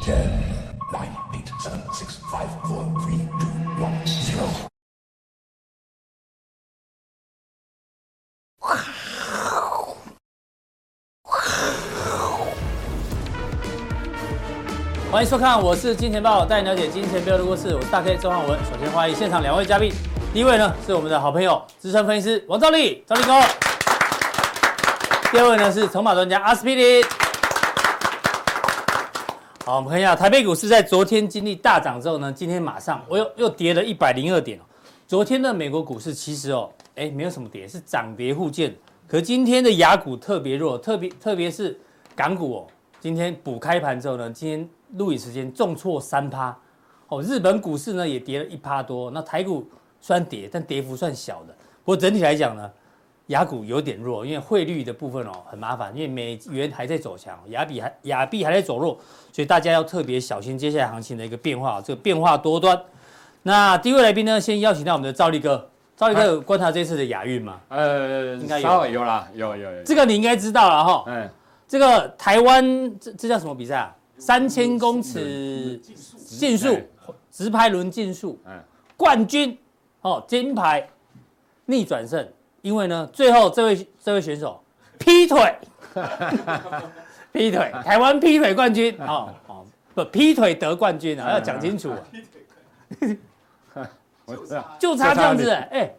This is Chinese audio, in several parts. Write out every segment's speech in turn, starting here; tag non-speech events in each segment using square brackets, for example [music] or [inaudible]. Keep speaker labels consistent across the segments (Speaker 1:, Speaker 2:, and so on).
Speaker 1: Ten, nine, eight, seven, six, five, four, three, two, one, zero.
Speaker 2: 欢迎收看，我是金钱豹，带你了解金钱背后的故事。我是大 K 周汉文。首先欢迎现场两位嘉宾，第一位呢是我们的好朋友资深分析师王兆力，兆力哥。第二位呢是筹码专家阿司匹林。好，我们看一下台北股市在昨天经历大涨之后呢，今天马上哦我又又跌了一百零二点哦。昨天的美国股市其实哦，哎没有什么跌，是涨跌互见。可今天的雅股特别弱，特别特别是港股哦，今天补开盘之后呢，今天录影时间重挫三趴，哦，日本股市呢也跌了一趴多，那台股虽然跌，但跌幅算小的。不过整体来讲呢，雅股有点弱，因为汇率的部分哦很麻烦，因为美元还在走强，雅比还雅币还在走弱，所以大家要特别小心接下来行情的一个变化，这个变化多端。那第一位来宾呢，先邀请到我们的赵力哥，赵力哥有观察这次的亚运吗？
Speaker 3: 呃，
Speaker 2: 应该有
Speaker 3: 稍微有啦，有有有。
Speaker 2: 这个你应该知道了哈。
Speaker 3: 嗯，
Speaker 2: 这个台湾这这叫什么比赛啊？三千公尺竞速
Speaker 3: 哎，
Speaker 2: 直排轮竞速
Speaker 3: 哎，
Speaker 2: 冠军哦，金牌逆转胜。因为呢，最后这位这位选手劈腿， [laughs] 劈腿，台湾劈腿冠军哦哦，不劈腿得冠军啊，要讲清楚啊，
Speaker 3: 我知道。
Speaker 2: 就啊差这样子哎、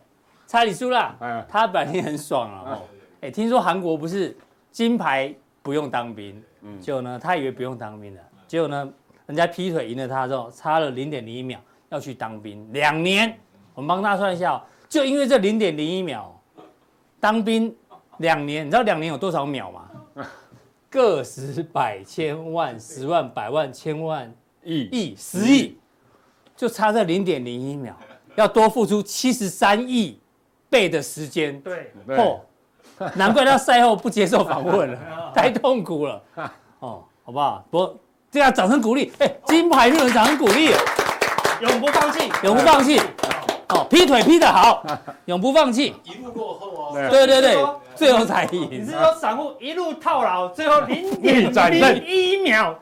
Speaker 2: 差你输了，
Speaker 3: 嗯，
Speaker 2: 他本来也很爽啊、哦。哎、听说韩国不是金牌不用当兵，
Speaker 3: 嗯
Speaker 2: 结果呢，他以为不用当兵了，结果呢，人家劈腿赢了他之后，差了零点零一秒要去当兵，两年。我们帮大家算一下、哦，就因为这零点零一秒，当兵两年，你知道两年有多少秒吗？ [laughs] 个十百千万十万百万千万
Speaker 3: 亿
Speaker 2: 亿十亿，就差这零点零一
Speaker 4: [laughs]
Speaker 2: 秒，要多付出七十三亿倍的时间。
Speaker 4: 对，
Speaker 3: 对
Speaker 2: 哦，难怪他赛后不接受访问
Speaker 4: [laughs] 啊
Speaker 2: 了，太痛苦了。哦，好不好？不，这样掌声鼓励，哎，金牌日人掌声鼓励，
Speaker 4: 永不放弃。
Speaker 2: 永不放弃。哦，劈腿劈得
Speaker 4: [laughs]
Speaker 2: 好，永不放弃。
Speaker 5: 一路落后哦。
Speaker 3: 对
Speaker 2: 对对对，最后才赢
Speaker 4: [laughs] 你是。说散户一路套牢，最后零
Speaker 3: 逆
Speaker 4: 点
Speaker 3: 转胜
Speaker 4: 零一秒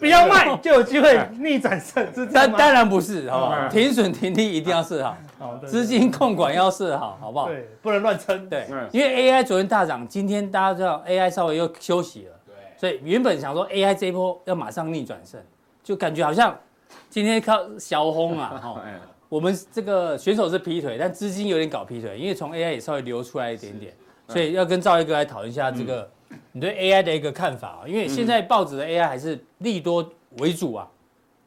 Speaker 4: 不要卖就有机
Speaker 3: 哎
Speaker 4: 会逆转胜，是这样
Speaker 2: 当
Speaker 4: 吗？
Speaker 2: 当然不是，好不好？
Speaker 3: 嗯
Speaker 2: 停损停利一定要设好，
Speaker 4: 好哦对
Speaker 2: 资金控管要设好，好不好？
Speaker 4: 对，不能乱撑。
Speaker 2: 对
Speaker 3: 嗯，
Speaker 2: 因为 AI 昨天大涨，今天大家知道 AI 稍微又休息了，
Speaker 5: 对，
Speaker 2: 所以原本想说 AI 这一波要马上逆转胜，就感觉好像今天靠小红啊，哈、
Speaker 3: 哎，
Speaker 2: 我们这个选手是劈腿，但资金有点搞劈腿，因为从 AI 也稍微流出来一点点，所以要跟赵一哥来讨论一下这个、你对 AI 的一个看法啊，因为现在报纸的 AI 还是利多为主啊，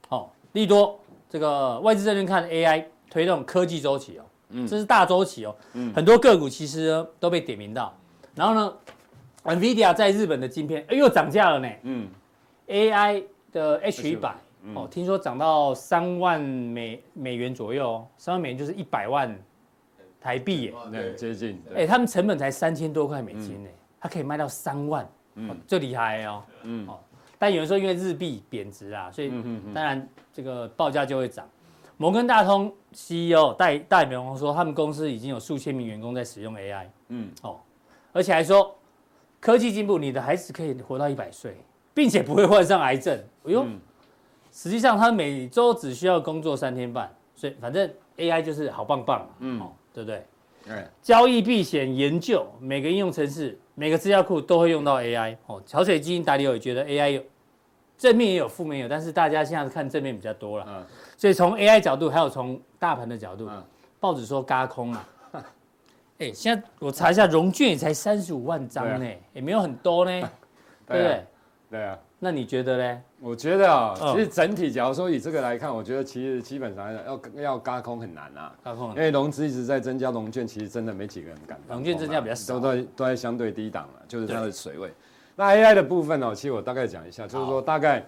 Speaker 2: 哦，利多这个外资证券看 AI 推动科技周期哦，这是大周期哦，
Speaker 3: 嗯
Speaker 2: 很多个股其实呢都被点名到，然后呢，NVIDIA 在日本的晶片哎又涨价了呢
Speaker 3: 嗯，
Speaker 2: ，AI 的 H 一百。
Speaker 3: 嗯
Speaker 2: 哦，，听说涨到三万美美元左右哦，三万美元就是一百万台币耶。
Speaker 3: 对，接近，
Speaker 2: 哎、
Speaker 3: 对，
Speaker 2: 他们成本才三千多块美金呢，它可以卖到三万，哦
Speaker 3: 嗯，
Speaker 2: 最厉害哦。
Speaker 3: 嗯
Speaker 2: 哦，但有人说因为日币贬值啊，所以
Speaker 3: 嗯嗯嗯
Speaker 2: 当然这个报价就会涨。摩根大通 CEO 戴戴美荣说，他们公司已经有数千名员工在使用 AI
Speaker 3: 嗯，
Speaker 2: 哦，而且还说科技进步，你的孩子可以活到一百岁，并且不会患上癌症。哎呦，
Speaker 3: 嗯
Speaker 2: 实际上他每周只需要工作三天半，所以反正 AI 就是好棒棒嘛，
Speaker 3: 嗯
Speaker 2: 哦，对不对？
Speaker 3: 哎，
Speaker 2: 交易避险研究，每个应用程式、每个资料库都会用到 AI。哦，桥水基金打理我也觉得 AI 有正面也有负面也有，但是大家现在看正面比较多了。
Speaker 3: 嗯
Speaker 2: 所以从 AI 角度，还有从大盘的角度，
Speaker 3: 嗯
Speaker 2: 报纸说嘎空
Speaker 3: [laughs]
Speaker 2: 嘛。哎、现在我查一下，融券也才三十五万张呢、
Speaker 3: 对啊
Speaker 2: 也没有很多呢，对不
Speaker 3: [laughs] 对
Speaker 2: 对
Speaker 3: 啊？，对啊。
Speaker 2: 那你觉得呢？
Speaker 3: 我觉得啊，
Speaker 2: 嗯
Speaker 3: 其实整体，假如说以这个来看，我觉得其实基本上要要嘎空很难啊，
Speaker 2: 嘎空
Speaker 3: 因，为融资一直在增加，融券其实真的没几个人敢放空啊。
Speaker 2: 融券增加比较少
Speaker 3: 都在都在相对低档了，就是它的水位。那 AI 的部分哦，其实我大概讲一下，就是说大概，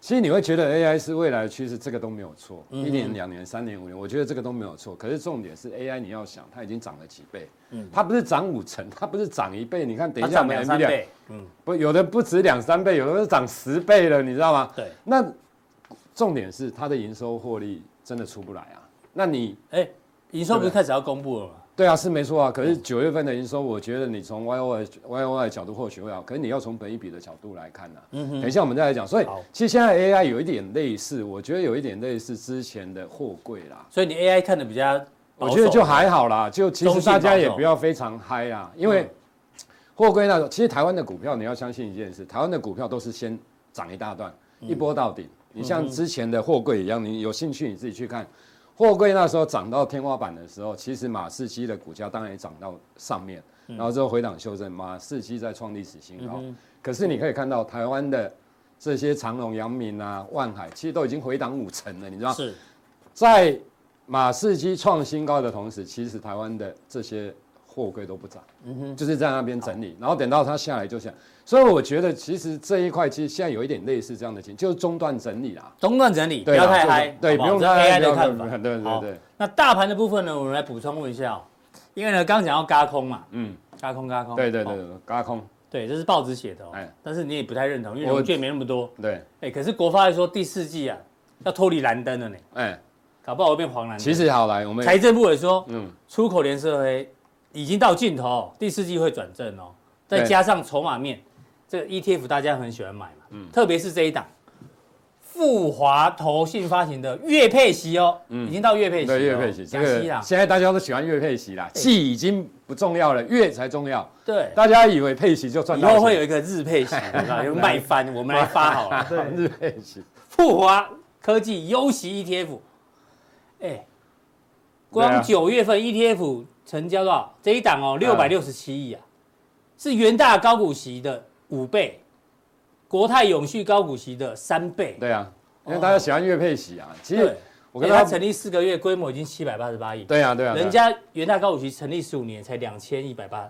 Speaker 3: 其实你会觉得 AI 是未来的趋势，这个都没有错，
Speaker 2: 嗯
Speaker 3: 一年、两年、三年、五年，我觉得这个都没有错。可是重点是 AI，你要想，它已经涨了几倍，它不是涨五成，它不是涨一倍。你看，等
Speaker 2: 嗯它
Speaker 3: 一下我
Speaker 2: 涨
Speaker 3: 们
Speaker 2: 两三
Speaker 3: NVIDIA
Speaker 2: 倍，嗯，
Speaker 3: 不，有的不止两三倍，有的是涨十倍了，你知道吗？
Speaker 2: 对。
Speaker 3: 那重点是它的营收获利真的出不来啊。那你
Speaker 2: 哎、营收不是开始要公布了吗？
Speaker 3: 对啊，是没错啊。可是九月份的营收，我觉得你从 Y O Y Y O Y 的角度或许会好，可是你要从本一比的角度来看呐、嗯哼。等一下我们再来讲。所以
Speaker 2: 好
Speaker 3: 其实现在 A I 有一点类似，我觉得有一点类似之前的货柜啦。
Speaker 2: 所以你 AI 看的比较保
Speaker 3: 我
Speaker 2: 守，
Speaker 3: 觉得就还好啦，就其
Speaker 2: 中
Speaker 3: 实
Speaker 2: 性
Speaker 3: 大家
Speaker 2: 保
Speaker 3: 也
Speaker 2: 守嗯
Speaker 3: 不要非常嗨啊，因为货柜那种，其实台湾的股票你要相信一件事，台湾的股票都是先涨一大段，
Speaker 2: 嗯
Speaker 3: 一波到顶。你像之前的货柜一样，你有兴趣你自己去看。货柜那时候涨到天花板的时候，其实马士基的股价当然也涨到上面，
Speaker 2: 嗯
Speaker 3: 然后之后回档修正，马士基在创历史新高。可是你可以看到，台湾的这些长隆、阳明啊、万海，其实都已经回档五成了，你知道？
Speaker 2: 是
Speaker 3: 在马士基创新高的同时，其实台湾的这些货柜都不涨，
Speaker 2: 嗯
Speaker 3: 就是在那边整理，然后等到它下来就下。所以我觉得其实这一块其实现在有一点类似这样的情况，就是中段整理啦。
Speaker 2: 中断整理，不
Speaker 3: 对啊
Speaker 2: 要太嗨，
Speaker 3: 对
Speaker 2: 好好
Speaker 3: 不用
Speaker 2: 这
Speaker 3: 太嗨
Speaker 2: AI 的
Speaker 3: 不要太
Speaker 2: 看法。
Speaker 3: 对对
Speaker 2: 好
Speaker 3: 对。
Speaker 2: 那大盘的部分呢，我们来补充问一下哦，因为呢，刚刚讲到嘎空嘛，
Speaker 3: 嗯，
Speaker 2: 嘎空嘎空，
Speaker 3: 对对对
Speaker 2: 哦
Speaker 3: 对，嘎空，
Speaker 2: 对，这是报纸写的哦
Speaker 3: 哎，
Speaker 2: 但是你也不太认同，因为
Speaker 3: 我
Speaker 2: 融券没那么多。
Speaker 3: 对，
Speaker 2: 哎，可是国发会说第四季啊要脱离蓝灯了呢，
Speaker 3: 哎，
Speaker 2: 搞不好会变黄蓝灯。
Speaker 3: 其实好来，我们
Speaker 2: 财政部也说，
Speaker 3: 嗯，
Speaker 2: 出口连色黑已经到尽头，第四季会转正哦。再
Speaker 3: 对
Speaker 2: 加上筹码面，这个 ETF 大家很喜欢买嘛，
Speaker 3: 嗯
Speaker 2: 特别是这一档富华投信发行的月配息哦，已经到月配息了哦，
Speaker 3: 嗯对月配息，这
Speaker 2: 加息
Speaker 3: 个
Speaker 2: 啦，
Speaker 3: 现在大家都喜欢月配息啦，季已经不重要了，月才重要。
Speaker 2: 对，
Speaker 3: 大家以为配息就赚
Speaker 2: 以
Speaker 3: 到钱，
Speaker 2: 后会有一个日配息，对
Speaker 3: [laughs]
Speaker 2: 吧就卖翻，我们来发好了。
Speaker 4: 对
Speaker 3: 日配息，
Speaker 2: 富华科技优息 ETF，哎，
Speaker 3: 对
Speaker 2: 光
Speaker 3: 啊
Speaker 2: 九月份 ETF 成交多少？这一档哦，六百六十七亿啊，是元大高股息的五倍，国泰永续高股息的三倍。
Speaker 3: 对啊，因为大家喜欢月配息啊。其实
Speaker 2: 哦对，
Speaker 3: 我跟
Speaker 2: 哎
Speaker 3: 他
Speaker 2: 它成立四个月，规模已经七百八十八亿。
Speaker 3: 对啊，对啊，对啊
Speaker 2: 人家元大高股息成立十五年才两千一百八，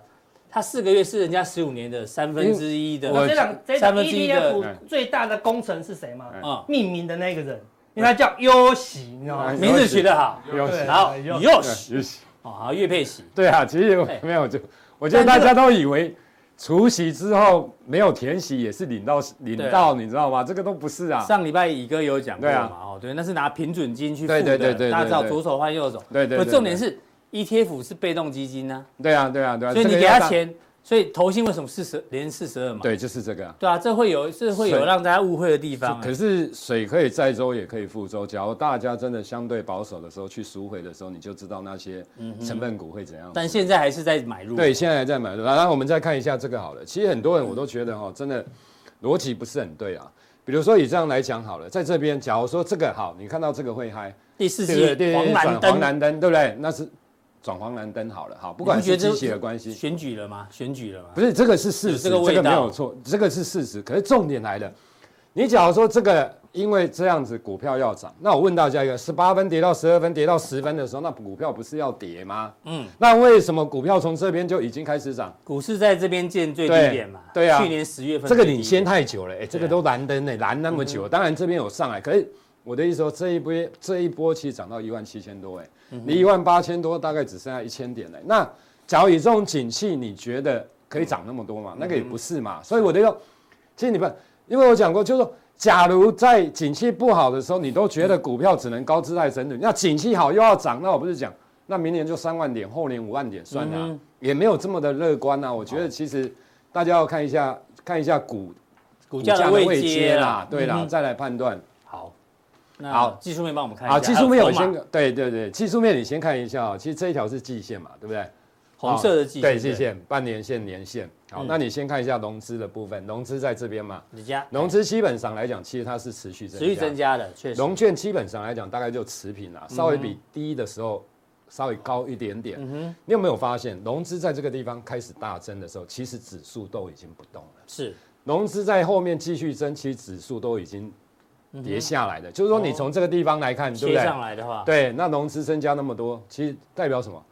Speaker 2: 它四个月是人家十五年的三分之一的。
Speaker 3: 我
Speaker 4: 这档这
Speaker 2: 三
Speaker 4: 档
Speaker 2: 分之一的哎
Speaker 4: ETF 最大的功臣是谁吗？
Speaker 2: 嗯
Speaker 4: 命名的那个人，因为他叫优喜，你知道
Speaker 3: 哎
Speaker 4: 吗？
Speaker 2: 名字取得好，
Speaker 3: 有
Speaker 4: 对
Speaker 2: 然后
Speaker 4: 有
Speaker 2: 又喜
Speaker 3: 有喜，
Speaker 2: 哦，好月配 [laughs] 息，
Speaker 3: 对啊，其实我
Speaker 2: 对
Speaker 3: 没有就，我觉得大家都以为除夕之后没有填息也是领到领到，你知道吗？这个都不是啊。
Speaker 2: 上礼拜乙哥有讲过
Speaker 3: 对
Speaker 2: 嘛，
Speaker 3: 啊
Speaker 2: 哦，对，那是拿平准金去付
Speaker 3: 对
Speaker 2: 的，
Speaker 3: 对对对
Speaker 2: 大家知道
Speaker 3: 对对
Speaker 2: 左手换右手，
Speaker 3: 对对对
Speaker 2: 不
Speaker 3: 对
Speaker 2: 重点是 ETF 是被动基金呢，
Speaker 3: 对啊，对啊，对啊。
Speaker 2: 所以
Speaker 3: 这
Speaker 2: 你
Speaker 3: 个
Speaker 2: 给
Speaker 3: 要
Speaker 2: 他
Speaker 3: 大，
Speaker 2: 钱，所以投信为什么四十连四十二嘛？
Speaker 3: 对，就是这个啊。
Speaker 2: 对啊，这会有这会有
Speaker 3: 是
Speaker 2: 让大家误会的地方，
Speaker 3: 可
Speaker 2: 哎
Speaker 3: 是水可以载舟，也可以覆舟。假如大家真的相对保守的时候去赎回的时候，你就知道那些成分股会怎样。
Speaker 2: 嗯但现在还是在买入，
Speaker 3: 对，，现在还在买。然后我们再看一下这个好了。其实很多人我都觉得哈，真的逻辑不是很对啊。比如说以这样来讲好了，在这边，假如说这个好，你看到这个会嗨，
Speaker 2: 第四
Speaker 3: 对对
Speaker 2: 季
Speaker 3: 对，
Speaker 2: 黄蓝
Speaker 3: 转黄
Speaker 2: 灯，
Speaker 3: 蓝灯，对不对？那是转黄蓝灯好了，好，不管
Speaker 2: 你不觉
Speaker 3: 是
Speaker 2: 得
Speaker 3: 机
Speaker 2: 这
Speaker 3: 器的关系，
Speaker 2: 选举了吗？选举了吗
Speaker 3: 不？是这个是事
Speaker 2: 有
Speaker 3: 实，
Speaker 2: 这个味
Speaker 3: 这个没
Speaker 2: 道
Speaker 3: 有错，这个是事实。可是重点来了，你假如说这个因为这样子股票要涨，那我问大家一个，十八分跌到十二分，跌到十分的时候，那股票不是要跌吗？嗯，那为什么股票从这边就已经开始涨？
Speaker 2: 股市在这边见最低
Speaker 3: 对
Speaker 2: 点嘛，
Speaker 3: 对啊
Speaker 2: 去年十月份
Speaker 3: 这个
Speaker 2: 最低
Speaker 3: 领先
Speaker 2: 点，
Speaker 3: 太久了，
Speaker 2: 啊
Speaker 3: 哎、这个都蓝灯呢、蓝那么久，
Speaker 2: 嗯
Speaker 3: 当然这边有上来，可是我的意思说这一波这一波其实涨到一万七千多、哎、
Speaker 2: 嗯
Speaker 3: 离一万八千多大概只剩下一千点了、欸那假如以这种景气，你觉得可以涨那么多
Speaker 2: 嗯
Speaker 3: 吗？那个也不是
Speaker 2: 啊
Speaker 3: 嘛，所以我的说，其实你们，因为我讲过，就是说。假如在景气不好的时候，你都觉得股票只能高姿态整理，那景气好又要涨，那我不是讲，那明年就三万点，后年五万点算了啊、
Speaker 2: 嗯
Speaker 3: 也没有这么的乐观啊。我觉得其实大家要看一下看一下股
Speaker 2: 股价的位阶啦嗯
Speaker 3: 啦，，对啦，再来判断。
Speaker 2: 好，那
Speaker 3: 好
Speaker 2: 技术面帮我们看一下，
Speaker 3: 好，技术面
Speaker 2: 还
Speaker 3: 我
Speaker 2: 有筹码
Speaker 3: 先对对对，技术面你先看一下啊，其实这一条是季线嘛，对不对？
Speaker 2: 红色的季
Speaker 3: 哦对
Speaker 2: 线嗯
Speaker 3: 季线、半年线、年线。好，那你先看一下融资的部分，融资在这边嘛，
Speaker 2: 你家
Speaker 3: 融资基本上来讲，其实它是持续增
Speaker 2: 持续增
Speaker 3: 加，
Speaker 2: 加的，确实。嗯
Speaker 3: 融券基本上来讲大概就持平啦，稍微比低的时候。稍微高一点点，你有没有发现融资在这个地方开始大增的时候，其实指数都已经不动了。
Speaker 2: 是
Speaker 3: 融资在后面继续增，其实指数都已经跌下来了。就是说，你从这个地方来看，
Speaker 2: 嗯
Speaker 3: 对
Speaker 2: 切
Speaker 3: 不
Speaker 2: 上
Speaker 3: 对？
Speaker 2: 来的话，
Speaker 3: 对，那融资增加那么多，其实代表什么？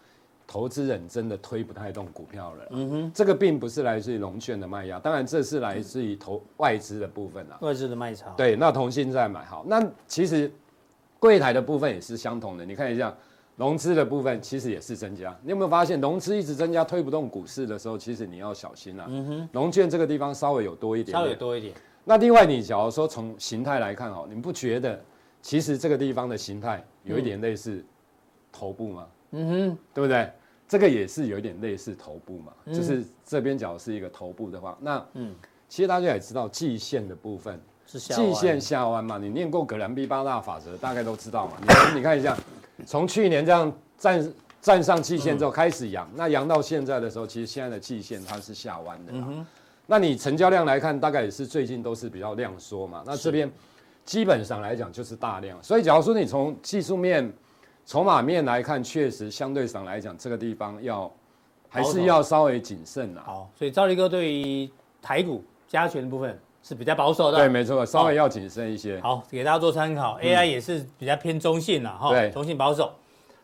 Speaker 3: 投资人真的推不太动股票了。嗯哼，这个并不是来自于融券的卖压，当然这是来自于投外资的部分啦。
Speaker 2: 外资的卖超，
Speaker 3: 对，那同性在买好，那其实柜台的部分也是相同的。你看一下融资的部分，其实也是增加。你有没有发现融资一直增加，推不动股市的时候，其实你要小心啊。嗯哼，融券这个地方稍微有多一点点，
Speaker 2: 稍微多一点，
Speaker 3: 那另外，你假如说从形态来看哦，你不觉得嗯其实这个地方的形态有一点类似头部吗？嗯哼，对不对？这个也是有点类似头部嘛，就是这边角是一个头部的话，那嗯，其实大家也知道季线的部分，
Speaker 2: 是下弯
Speaker 3: 季线下弯嘛，你念过葛兰 B 八大法则，大概都知道嘛。你你看一下，从去年这样站站上季线之
Speaker 2: 嗯
Speaker 3: 后开始扬，那扬到现在的时候，其实现在的季线它是下弯
Speaker 2: 嗯
Speaker 3: 的啦。那你成交量来看，大概也是最近都是比较量缩嘛。那这边基本上来讲就是大量，所以假如说你从技术面、筹码面来看，确实相对上来讲，这个地方要还
Speaker 2: 保守
Speaker 3: 是要稍微谨慎啦。
Speaker 2: 好，所以赵力哥对于台股加权的部分是比较保守的。
Speaker 3: 对，没错，稍微要谨慎一些。
Speaker 2: 好，给大家做参考。AI 也是比较偏中性了哈，
Speaker 3: 对
Speaker 2: 中性保守。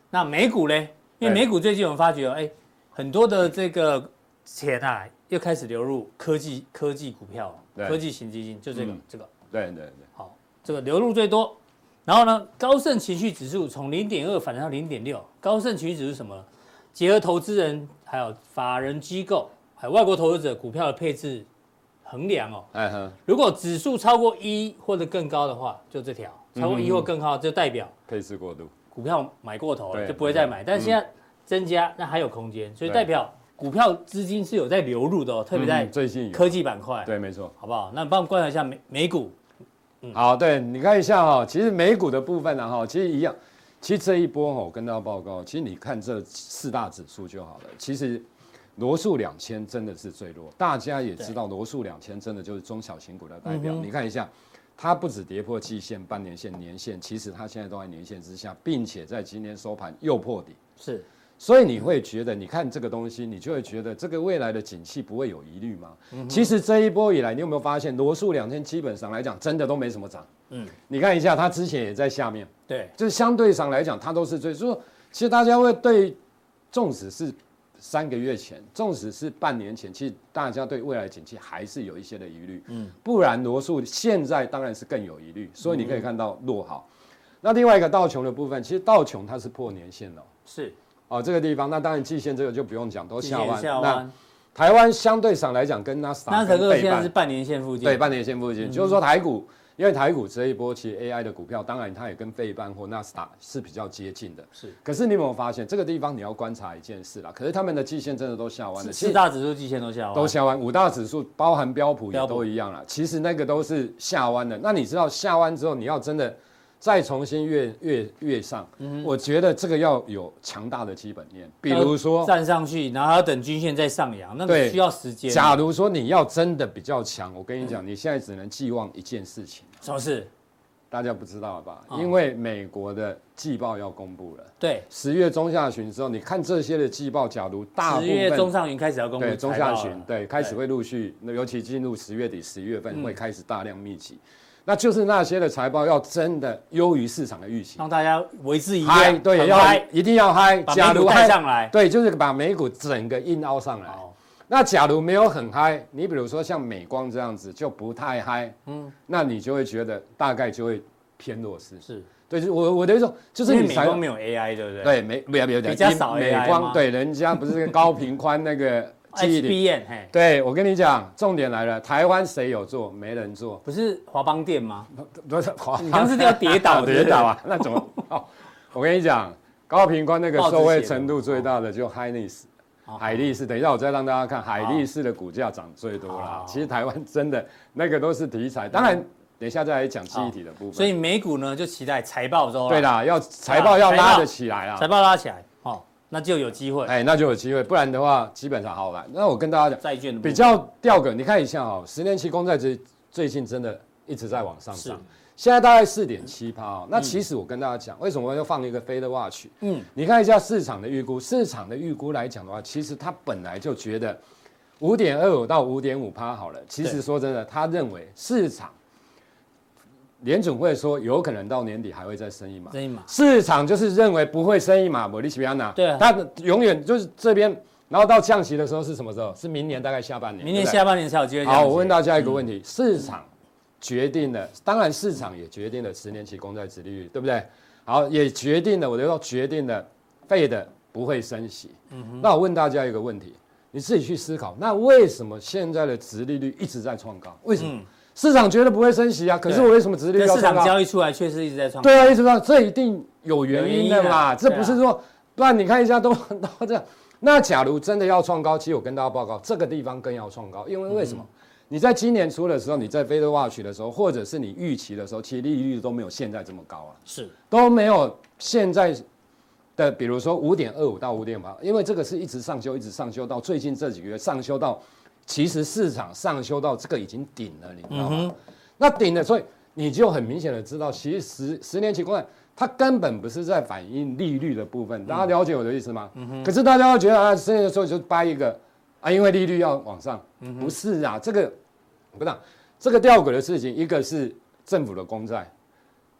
Speaker 2: 那美股嘞？因为
Speaker 3: 对
Speaker 2: 美股最近我们发觉，哎，很多的这个钱啊，又开始流入科技科技股票，
Speaker 3: 对
Speaker 2: 科技型基金，就这个、
Speaker 3: 嗯
Speaker 2: 这个
Speaker 3: 对对对。
Speaker 2: 好，这个流入最多。然后呢，高盛情绪指数从零点二反弹到零点六。高盛情绪指数是什么呢？结合投资人、还有法人机构、还有外国投资者股票的配置衡量哦。
Speaker 3: 哎哼，
Speaker 2: 如果指数超过一或者更高的话，就这条超
Speaker 3: 嗯
Speaker 2: 过一或更高，就代表
Speaker 3: 配置过度。
Speaker 2: 股票买过头了，
Speaker 3: 对
Speaker 2: 就不会再买。但现在增加，那还有空间，所以
Speaker 3: 对
Speaker 2: 代表股票资金是有在流入的哦，特别在
Speaker 3: 嗯最近有
Speaker 2: 科技板块，
Speaker 3: 对，没错。
Speaker 2: 好不好？那你帮我们观察一下美美股，
Speaker 3: 嗯好，对你看一下哈、其实美股的部分呢、哈，其实一样。其实这一波哈、我跟大家报告，其实你看这四大指数就好了。其实罗素两千真的是最弱，大家也知道罗素两千真的就是中小型股的代表。嗯你看一下，它不止跌破季线、半年线、年线，其实它现在都在年线之下，并且在今天收盘又破底。
Speaker 2: 是
Speaker 3: 所以你会觉得，你看这个东西，你就会觉得这个未来的景气不会有疑虑吗？其实这一波以来，你有没有发现罗素两千基本上来讲，真的都没什么涨。嗯，你看一下，它之前也在下面，
Speaker 2: 对，
Speaker 3: 就是相对上来讲，它都是最。就是说，其实大家会对，纵使是三个月前，纵使是半年前，其实大家对未来景气还是有一些的疑虑。嗯，不然罗素现在当然是更有疑虑，所以你可以看到落好。那另外一个道琼的部分，其实道琼它是破年线了。
Speaker 2: 是
Speaker 3: 哦，这个地方，那当然季线这个就不用讲，都
Speaker 2: 季
Speaker 3: 下
Speaker 2: 线
Speaker 3: 弯。
Speaker 2: 下
Speaker 3: 那
Speaker 2: 弯，
Speaker 3: 台湾相对上来讲，跟纳斯
Speaker 2: 纳
Speaker 3: 达
Speaker 2: 斯达
Speaker 3: 克
Speaker 2: 克现
Speaker 3: 背
Speaker 2: 在是
Speaker 3: 半，
Speaker 2: 半年线附近，嗯
Speaker 3: 对，半年线附近，就是说台股，因为台股这一波其实 AI 的股票，当然它也跟费半或纳斯达是比较接近的。
Speaker 2: 是
Speaker 3: 可是你有没有发现，这个地方你要观察一件事啦？可是他们的季线真的都下弯
Speaker 2: 四
Speaker 3: 了，其
Speaker 2: 四
Speaker 3: 实
Speaker 2: 大指数季线都下弯，
Speaker 3: 都下弯，五大指数包含标普
Speaker 2: 标
Speaker 3: 也
Speaker 2: 普
Speaker 3: 都一样啦。其实那个都是下弯的。那你知道下弯之后，你要真的再重新越越越上，
Speaker 2: 嗯
Speaker 3: 我觉得这个要有强大的基本面，比
Speaker 2: 呃
Speaker 3: 如说
Speaker 2: 站上去，然后还要等均线再上扬，那个
Speaker 3: 对
Speaker 2: 需要时间。
Speaker 3: 假如说你要真的比较强，我跟你
Speaker 2: 嗯
Speaker 3: 讲，你现在只能寄望一件事情，
Speaker 2: 什么事？
Speaker 3: 大家不知道吧？
Speaker 2: 啊
Speaker 3: 因为美国的季报要公布了，
Speaker 2: 对，
Speaker 3: 十月中下旬之后，你看这些的季报，假如大部
Speaker 2: 十月中
Speaker 3: 分
Speaker 2: 上旬开始要公布
Speaker 3: 对中
Speaker 2: 财
Speaker 3: 下
Speaker 2: 报
Speaker 3: 旬
Speaker 2: 了
Speaker 3: 对开始会陆续，那尤其进入十月底、十一月份
Speaker 2: 嗯
Speaker 3: 会开始大量密集，那就是那些的财报要真的优于市场的预期。
Speaker 2: 让大家为之一
Speaker 3: 嗨，
Speaker 2: 亮，
Speaker 3: 对，
Speaker 2: 很
Speaker 3: 要
Speaker 2: 嗨
Speaker 3: 一定要嗨。
Speaker 2: 把
Speaker 3: 假
Speaker 2: 美股
Speaker 3: 如
Speaker 2: 带
Speaker 3: 嗨
Speaker 2: 上来
Speaker 3: 对，就是把美股整个硬凹上来
Speaker 2: 好。
Speaker 3: 那假如没有很嗨，你比如说像美光这样子就不太嗨，嗯，那你就会觉得大概就会偏弱势。
Speaker 2: 是，
Speaker 3: 对，就我我的意思说，就
Speaker 2: 就是是
Speaker 3: 你
Speaker 2: 美
Speaker 3: 才
Speaker 2: 光没有 AI，对不啊对？
Speaker 3: 对美不要不要
Speaker 2: 比较少
Speaker 3: 美
Speaker 2: AI 吗
Speaker 3: 光对人家不是高频宽那个记忆体。
Speaker 2: ，HBN 嘿，
Speaker 3: 对，我跟你讲，重点来了，台湾谁有做？没
Speaker 2: [laughs]
Speaker 3: 人做， [laughs]
Speaker 2: 不是华邦店吗？
Speaker 3: 不是华
Speaker 2: 你刚是要跌
Speaker 3: [laughs]
Speaker 2: 倒
Speaker 3: 跌倒啊？那怎么？
Speaker 2: [laughs]
Speaker 3: 哦，我跟你讲，高平宽那个
Speaker 2: 报纸
Speaker 3: 受惠
Speaker 2: 写的哦
Speaker 3: 程度最大的就 h i n e s 海力士。等一下我再让大家看，海力士的股价涨最多啦
Speaker 2: 好。
Speaker 3: 其实台湾真的那个都是题材，当然等一下再来讲记忆体的部分。
Speaker 2: 所以美股呢就期待财报之后，
Speaker 3: 对，啦，要财报要拉得起来
Speaker 2: 啊财
Speaker 3: 啦。
Speaker 2: 报拉起来，哦，那就有机会。
Speaker 3: 哎，那就有机会，不然的话基本上好难。那我跟大家讲，
Speaker 2: 债券的部分
Speaker 3: 比较掉梗，你看一下哦，十年期公债最最近真的一直在往上
Speaker 2: 是嗯
Speaker 3: 涨，现在大概四点七趴哦。那其实我跟大家讲，为什么要放一个飞的 watch？嗯，你看一下市场的预估，市场的预估来讲的话，其实他本来就觉得五点二五到五点五趴好了。其
Speaker 2: 对
Speaker 3: 实说真的，他认为市场。联总会说，有可能到年底还会再升一码，
Speaker 2: 升一码
Speaker 3: 市场就是认为不会升一码，莫利西比亚纳，
Speaker 2: 对啊
Speaker 3: 它永远就是这边，然后到降息的时候是什么时候？是明年大概下半年，
Speaker 2: 明年
Speaker 3: 对不对
Speaker 2: 下半年才有机会这样子。嗯
Speaker 3: 好，我问大家一个问题：市场决定了，当然市场也决定了十年期公债殖利率，对不对？好，也决定了，我就说决定了，费的不会升息。
Speaker 2: 嗯
Speaker 3: 那我问大家一个问题，你自己去思考，那为什么现在的殖利率一直在创高？为什么？市场觉得不会升息啊，可是
Speaker 2: 嗯对
Speaker 3: 我为什么殖利率
Speaker 2: 跟
Speaker 3: 要
Speaker 2: 市
Speaker 3: 创
Speaker 2: 场
Speaker 3: 高？
Speaker 2: 交易出来确实一直在创，
Speaker 3: 对啊，一直到这一定有原因
Speaker 2: 有
Speaker 3: 的
Speaker 2: 原因
Speaker 3: 嘛，
Speaker 2: 啊
Speaker 3: 这不是说，不然你看一下都都这样。那假如真的要创高，其实我跟大家报告，这个地方更要创高，因为为什么？
Speaker 2: 嗯
Speaker 3: 你在今年初的时候，你在 Fed Watch 的时候，或者是你预期的时候，其实利率都没有现在这么高啊。
Speaker 2: 是
Speaker 3: 都没有现在的，比如说五点二五到五点八，因为这个是一直上修，一直上修到最近这几个月上修到，其实市场上修到这个已经顶了，你
Speaker 2: 嗯
Speaker 3: 知道吗？那顶了，所以你就很明显的知道，其实十十年期公债它根本不是在反映利率的部分，大家了解我的意思吗？可是大家会觉得啊，现在时候就掰一个啊，因为利率要往上，不是啊，这个不是、啊、这个吊诡的事情，一个是政府的公债，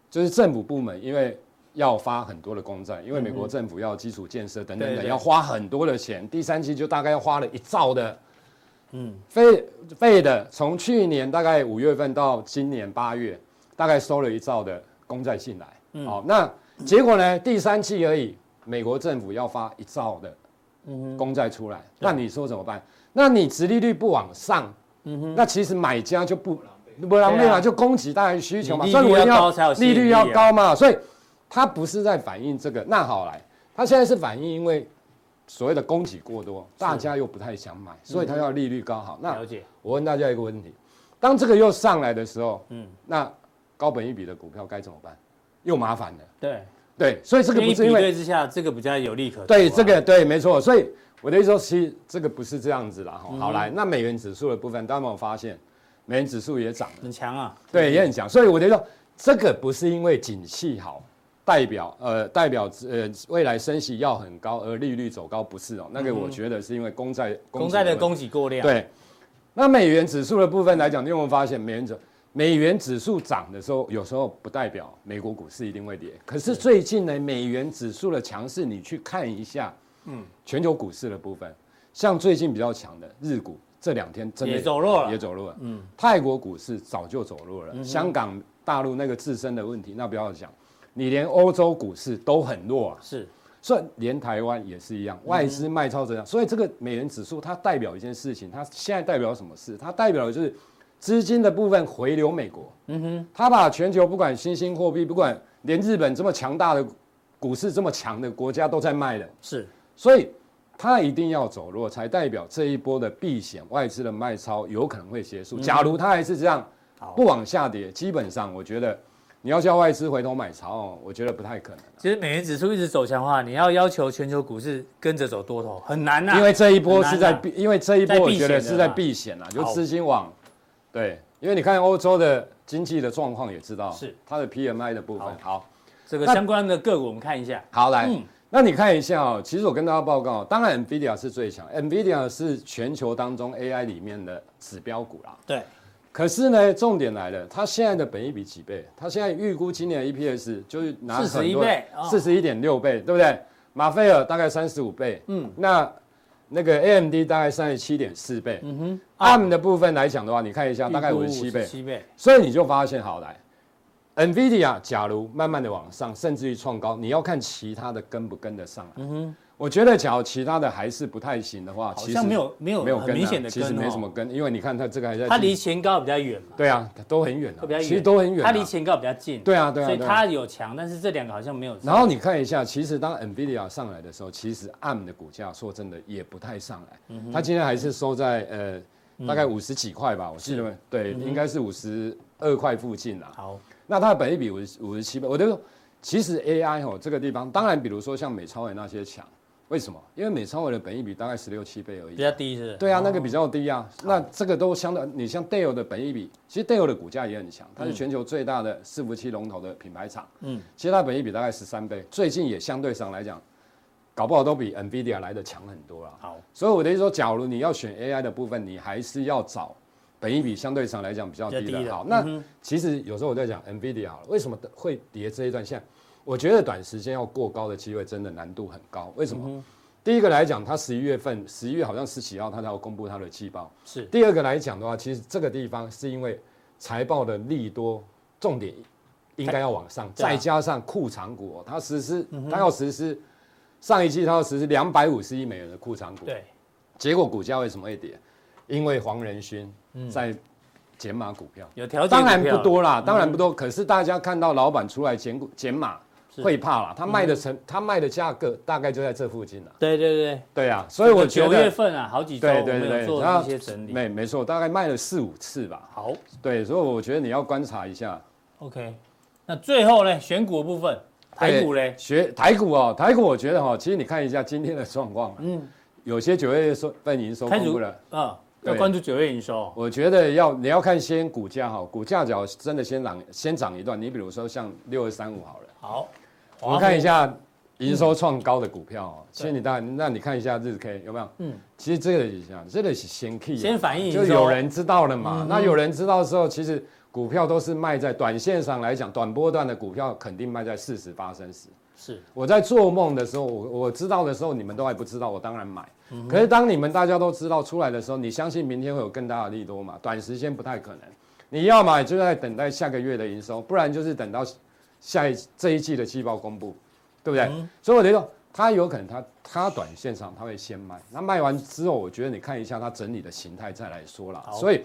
Speaker 3: 就是政府部门因为要发很多的公债，因为美国政府要基础建设等等
Speaker 2: 嗯对
Speaker 3: 的，
Speaker 2: 对
Speaker 3: 要花很多的钱，第三期就大概要花了一兆的。嗯，费费的从去年大概五月份到今年八月，大概收了一兆的公债信来。
Speaker 2: 嗯
Speaker 3: 好、那结果呢？第三期而已，美国政府要发一兆的
Speaker 2: 嗯
Speaker 3: 公债出来，那你说怎么办？那你殖利率不往上，
Speaker 2: 嗯
Speaker 3: 那其实买家就不不浪费
Speaker 2: 对啊
Speaker 3: 嘛，就供给大于需求嘛，
Speaker 2: 你利
Speaker 3: 所以
Speaker 2: 率
Speaker 3: 我一定
Speaker 2: 要高才有吸
Speaker 3: 利
Speaker 2: 引
Speaker 3: 率
Speaker 2: 力
Speaker 3: 要
Speaker 2: 啊
Speaker 3: 高嘛，所以它不是在反映这个。那好来，它现在是反映因为所谓的供给过多，大家又不太想买，所以它要利率高好。那
Speaker 2: 嗯了解，
Speaker 3: 我问大家一个问题：当这个又上来的时候，嗯，那高本一比的股票该怎么办？又麻烦了。
Speaker 2: 对，
Speaker 3: 对，所以这个不
Speaker 2: 一
Speaker 3: 是因
Speaker 2: 比
Speaker 3: 为
Speaker 2: 对之下，这个比较有利可图啊
Speaker 3: 对这个对没错，所以我的意思说，其实这个不是这样子啦。
Speaker 2: 嗯
Speaker 3: 哈，好来，那美元指数的部分，大家有没有发现，美元指数也涨了。
Speaker 2: 很强啊，
Speaker 3: 对，也很强。所以我觉得这个不是因为景气好代表呃代表呃未来升息要很高，而利率走高不是哦，那个我觉得是因为公债
Speaker 2: 嗯公债的
Speaker 3: 问题
Speaker 2: 供给过量，，
Speaker 3: 对。那美元指数的部分来讲，你有没有发现美元指美元指数涨的时候，有时候不代表美国股市一定会跌。可是最近呢，美元指数的强势，你去看一下，嗯，全球股市的部分，像最近比较强的日股，这两天真的
Speaker 2: 也走弱了嗯
Speaker 3: 也走弱了。嗯，泰国股市早就走弱了，香港、大陆那个自身的问题，那不要讲，你连欧洲股市都很弱啊。
Speaker 2: 是
Speaker 3: 所以连台湾也是一样，外资卖超这样，所以这个美元指数它代表一件事情，它现在代表什么事？它代表的就是资金的部分回流美国。嗯哼，它把全球不管新兴货币，不管连日本这么强大的股市这么强的国家都在卖的，
Speaker 2: 是，
Speaker 3: 所以它一定要走弱，才代表这一波的避险外资的卖超有可能会结束。假如它还是这样不往下跌，基本上我觉得你要叫外资回头买超哦，我觉得不太可能。
Speaker 2: 其实美元指数一直走强的话，你要要求全球股市跟着走多头很难呐，
Speaker 3: 因为这一波是
Speaker 2: 很难
Speaker 3: 在
Speaker 2: 啊
Speaker 3: 避，因为这一波我觉得是
Speaker 2: 在
Speaker 3: 在
Speaker 2: 避
Speaker 3: 避险啊，就资金往对，因为你看欧洲的经济的状况也知道，
Speaker 2: 是
Speaker 3: 它的 PMI 的部分。好，
Speaker 2: 这个
Speaker 3: 那
Speaker 2: 相关的个股我们看一下，
Speaker 3: 好来，那你看一下哦，其实我跟大家报告，当然 NVIDIA 是最强，NVIDIA 是全球当中 AI 里面的指标股啦。
Speaker 2: 对，
Speaker 3: 可是呢，重点来了，它现在的本益比几倍？它现在预估今年的 EPS 就是拿
Speaker 2: 41倍哦
Speaker 3: 四十一点六倍，对不对？马菲尔大概三十五倍，嗯，那那个 AMD 大概三十七点四倍，嗯哼，ARM 的部分来讲的话，你看一下，啊大概五十七倍，
Speaker 2: 七倍，
Speaker 3: 所以你就发现好来，NVIDIA 假如慢慢的往上，甚至于创高，你要看其他的跟不跟得上来。嗯哼，我觉得假如其他的还是不太行的话，
Speaker 2: 好
Speaker 3: 其实
Speaker 2: 像没有没有
Speaker 3: 没有
Speaker 2: 很
Speaker 3: 跟啊
Speaker 2: 明显的
Speaker 3: 其实
Speaker 2: 跟
Speaker 3: 没
Speaker 2: 哦
Speaker 3: 什么跟，因为你看它这个还在
Speaker 2: 它
Speaker 3: 进
Speaker 2: 离前高比较远嘛，
Speaker 3: 对啊，都很远、啊
Speaker 2: 会比较，远，
Speaker 3: 其实都很远、
Speaker 2: 它
Speaker 3: 啊。
Speaker 2: 离前高比较近，
Speaker 3: 对啊，对啊，
Speaker 2: 所以
Speaker 3: 对啊
Speaker 2: 它有强，但是这两个好像没有。
Speaker 3: 然后你看一下，其实当 Nvidia 上来的时候，其实 ARM 的股价说真的也不太上来，它今天还是收在呃大概五十几块吧，我记得对，应该是五十二块附近啦。
Speaker 2: 好，
Speaker 3: 那它的本益比五十五十七倍，我就说，其实 AI 哦这个地方，当然比如说像美超伟那些强，为什么？因为美超伟的本益比大概十六七倍而已
Speaker 2: 比。较低是不是？
Speaker 3: 对啊，那个比较低啊。那这个都相对，你像 Dell 的本益比，其实 Dell 的股价也很强，它是全球最大的伺服器龙头的品牌厂。嗯，其实它本益比大概十三倍，最近也相对上来讲，搞不好都比 Nvidia 来的强很多啊啦。
Speaker 2: 好，
Speaker 3: 所以我的意思说，假如你要选 AI 的部分，你还是要找本益比相对上来讲比较低
Speaker 2: 比较低的
Speaker 3: 的。
Speaker 2: 嗯
Speaker 3: 好，那其实有时候我在讲 NVIDIA 好了，为什么会跌这一段线？我觉得短时间要过高的机会真的难度很高。为什么？
Speaker 2: 嗯
Speaker 3: 第一个来讲，它十一月份，十一月好像十几号它才要公布它的季报。
Speaker 2: 是
Speaker 3: 第二个来讲的话，其实这个地方是因为财报的利多，重点应该要往上，
Speaker 2: 对啊嗯
Speaker 3: 再加上库藏股、哦，它实施，它要实施上一季它要实施两百五十亿美元的库藏股，
Speaker 2: 对，
Speaker 3: 结果股价为什么会跌？因为黄仁勋在减码股票，
Speaker 2: 有条件
Speaker 3: 当然
Speaker 2: 嗯股票嗯
Speaker 3: 不多啦，当然不多。可是大家看到老板出来减股减码，
Speaker 2: 是嗯
Speaker 3: 会怕啦，它卖的成它卖的价格大概就在这附近了。
Speaker 2: 对对对，
Speaker 3: 对啊，所以我觉
Speaker 2: 九月
Speaker 3: 得
Speaker 2: 份啊，好几周
Speaker 3: 对
Speaker 2: 我
Speaker 3: 对
Speaker 2: 们有
Speaker 3: 对，
Speaker 2: 做
Speaker 3: 然
Speaker 2: 一
Speaker 3: 后
Speaker 2: 些整理。
Speaker 3: 没没错，大概卖了四五次吧。
Speaker 2: 好
Speaker 3: 对，所以我觉得你要观察一下。
Speaker 2: ，OK。那最后呢，选股的部分，台股
Speaker 3: 对
Speaker 2: 嘞，
Speaker 3: 哎学台股哦，台股我觉得哈、哦，其实你看一下今天的状况，啊
Speaker 2: 嗯，
Speaker 3: 有些九月收份营收
Speaker 2: 台
Speaker 3: 公
Speaker 2: 股
Speaker 3: 布了，
Speaker 2: 嗯，要
Speaker 3: 对
Speaker 2: 关注九月营收。
Speaker 3: 我觉得要你要看先股价哈、股价只要真的先涨先涨一段，你比如说像六二三五好了，
Speaker 2: 好，哦
Speaker 3: 我们看一下营收创高的股票哦，其实你当然，那你看一下日 K 有没有？
Speaker 2: 嗯
Speaker 3: 嗯，其实这个也讲，这个是先 key，啊
Speaker 2: 先反映营收
Speaker 3: 就
Speaker 2: 嗯
Speaker 3: 有人知道了嘛。那有人知道之后，其实股票都是卖在短线上来讲，短波段的股票肯定卖在四十八升十。
Speaker 2: 是
Speaker 3: 我在做梦的时候，我我知道的时候，你们都还不知道，我当然买。可是当你们大家都知道出来的时候，你相信明天会有更大的利多嘛？短时间不太可能。你要买就在等待下个月的营收，不然就是等到下一这一季的季报公布，对不对？
Speaker 2: 嗯
Speaker 3: 所以我觉得它有可能它它短线上它会先卖，那卖完之后，我觉得你看一下它整理的形态再来说啦。
Speaker 2: 好
Speaker 3: 所以。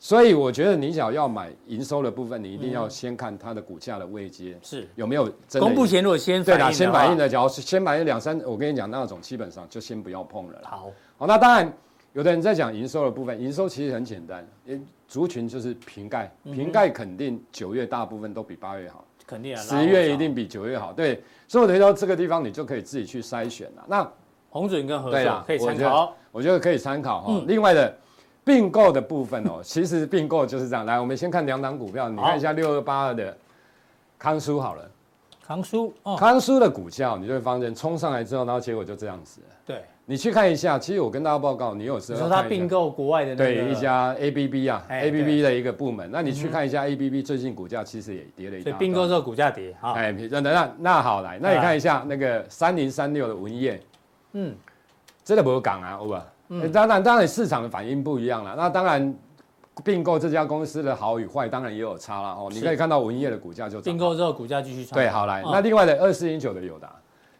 Speaker 3: 所以我觉得你想要买营收的部分，你一定要先看它的股价的位阶、
Speaker 2: 是，
Speaker 3: 有没有真的
Speaker 2: 公布
Speaker 3: 有
Speaker 2: 前如果先
Speaker 3: 对
Speaker 2: 反
Speaker 3: 啦，
Speaker 2: 映，
Speaker 3: 先反应。的，假如是先反应两三，我跟你讲那种基本上就先不要碰了啦。
Speaker 2: 好，
Speaker 3: 好，那当然，有的人在讲营收的部分，营收其实很简单，诶族群就是瓶盖，
Speaker 2: 嗯
Speaker 3: 瓶盖肯定九月大部分都比八月好，
Speaker 2: 肯定啊。
Speaker 3: 十月一定比九月好，对，所以我觉得到这个地方你就可以自己去筛选了。那
Speaker 2: 红准跟合
Speaker 3: 对
Speaker 2: 作
Speaker 3: 啦
Speaker 2: 可以参
Speaker 3: 我觉得
Speaker 2: 考。嗯
Speaker 3: 我觉得可以参考哈、另外的并购的部分哦，其实并购就是这样。来，我们先看两档股票，你
Speaker 2: 好
Speaker 3: 看一下六二八二的康舒好了，
Speaker 2: 扛书哦，
Speaker 3: 康舒的股价哦你就会发现冲上来之后，然后结果就这样子了。
Speaker 2: 对，
Speaker 3: 你去看一下，其实我跟大家报告，你有时
Speaker 2: 你
Speaker 3: 候
Speaker 2: 说
Speaker 3: 要
Speaker 2: 他
Speaker 3: 看一下
Speaker 2: 并购国外的那个
Speaker 3: 对一家 ABB 啊
Speaker 2: 哎嗯
Speaker 3: ，ABB 的一个部门，那你去看一下 ABB 最近股价其实也跌了一
Speaker 2: 所以
Speaker 3: 大
Speaker 2: 并购
Speaker 3: 段
Speaker 2: 之。后股价跌啊，
Speaker 3: 哎，那那那好来，那你看一下那个三零三六的文业，
Speaker 2: 嗯
Speaker 3: 嗯，真的不有港啊，有吧？哎当然，当然市场的反应不一样了。那当然，并购这家公司的好与坏，当然也有差了哦。你
Speaker 2: 是
Speaker 3: 可以看到文业的股价就涨
Speaker 2: 并
Speaker 3: 了
Speaker 2: 购之后股价继续上。
Speaker 3: 对，好啊来，
Speaker 2: 嗯
Speaker 3: 那另外的二四零九的友达，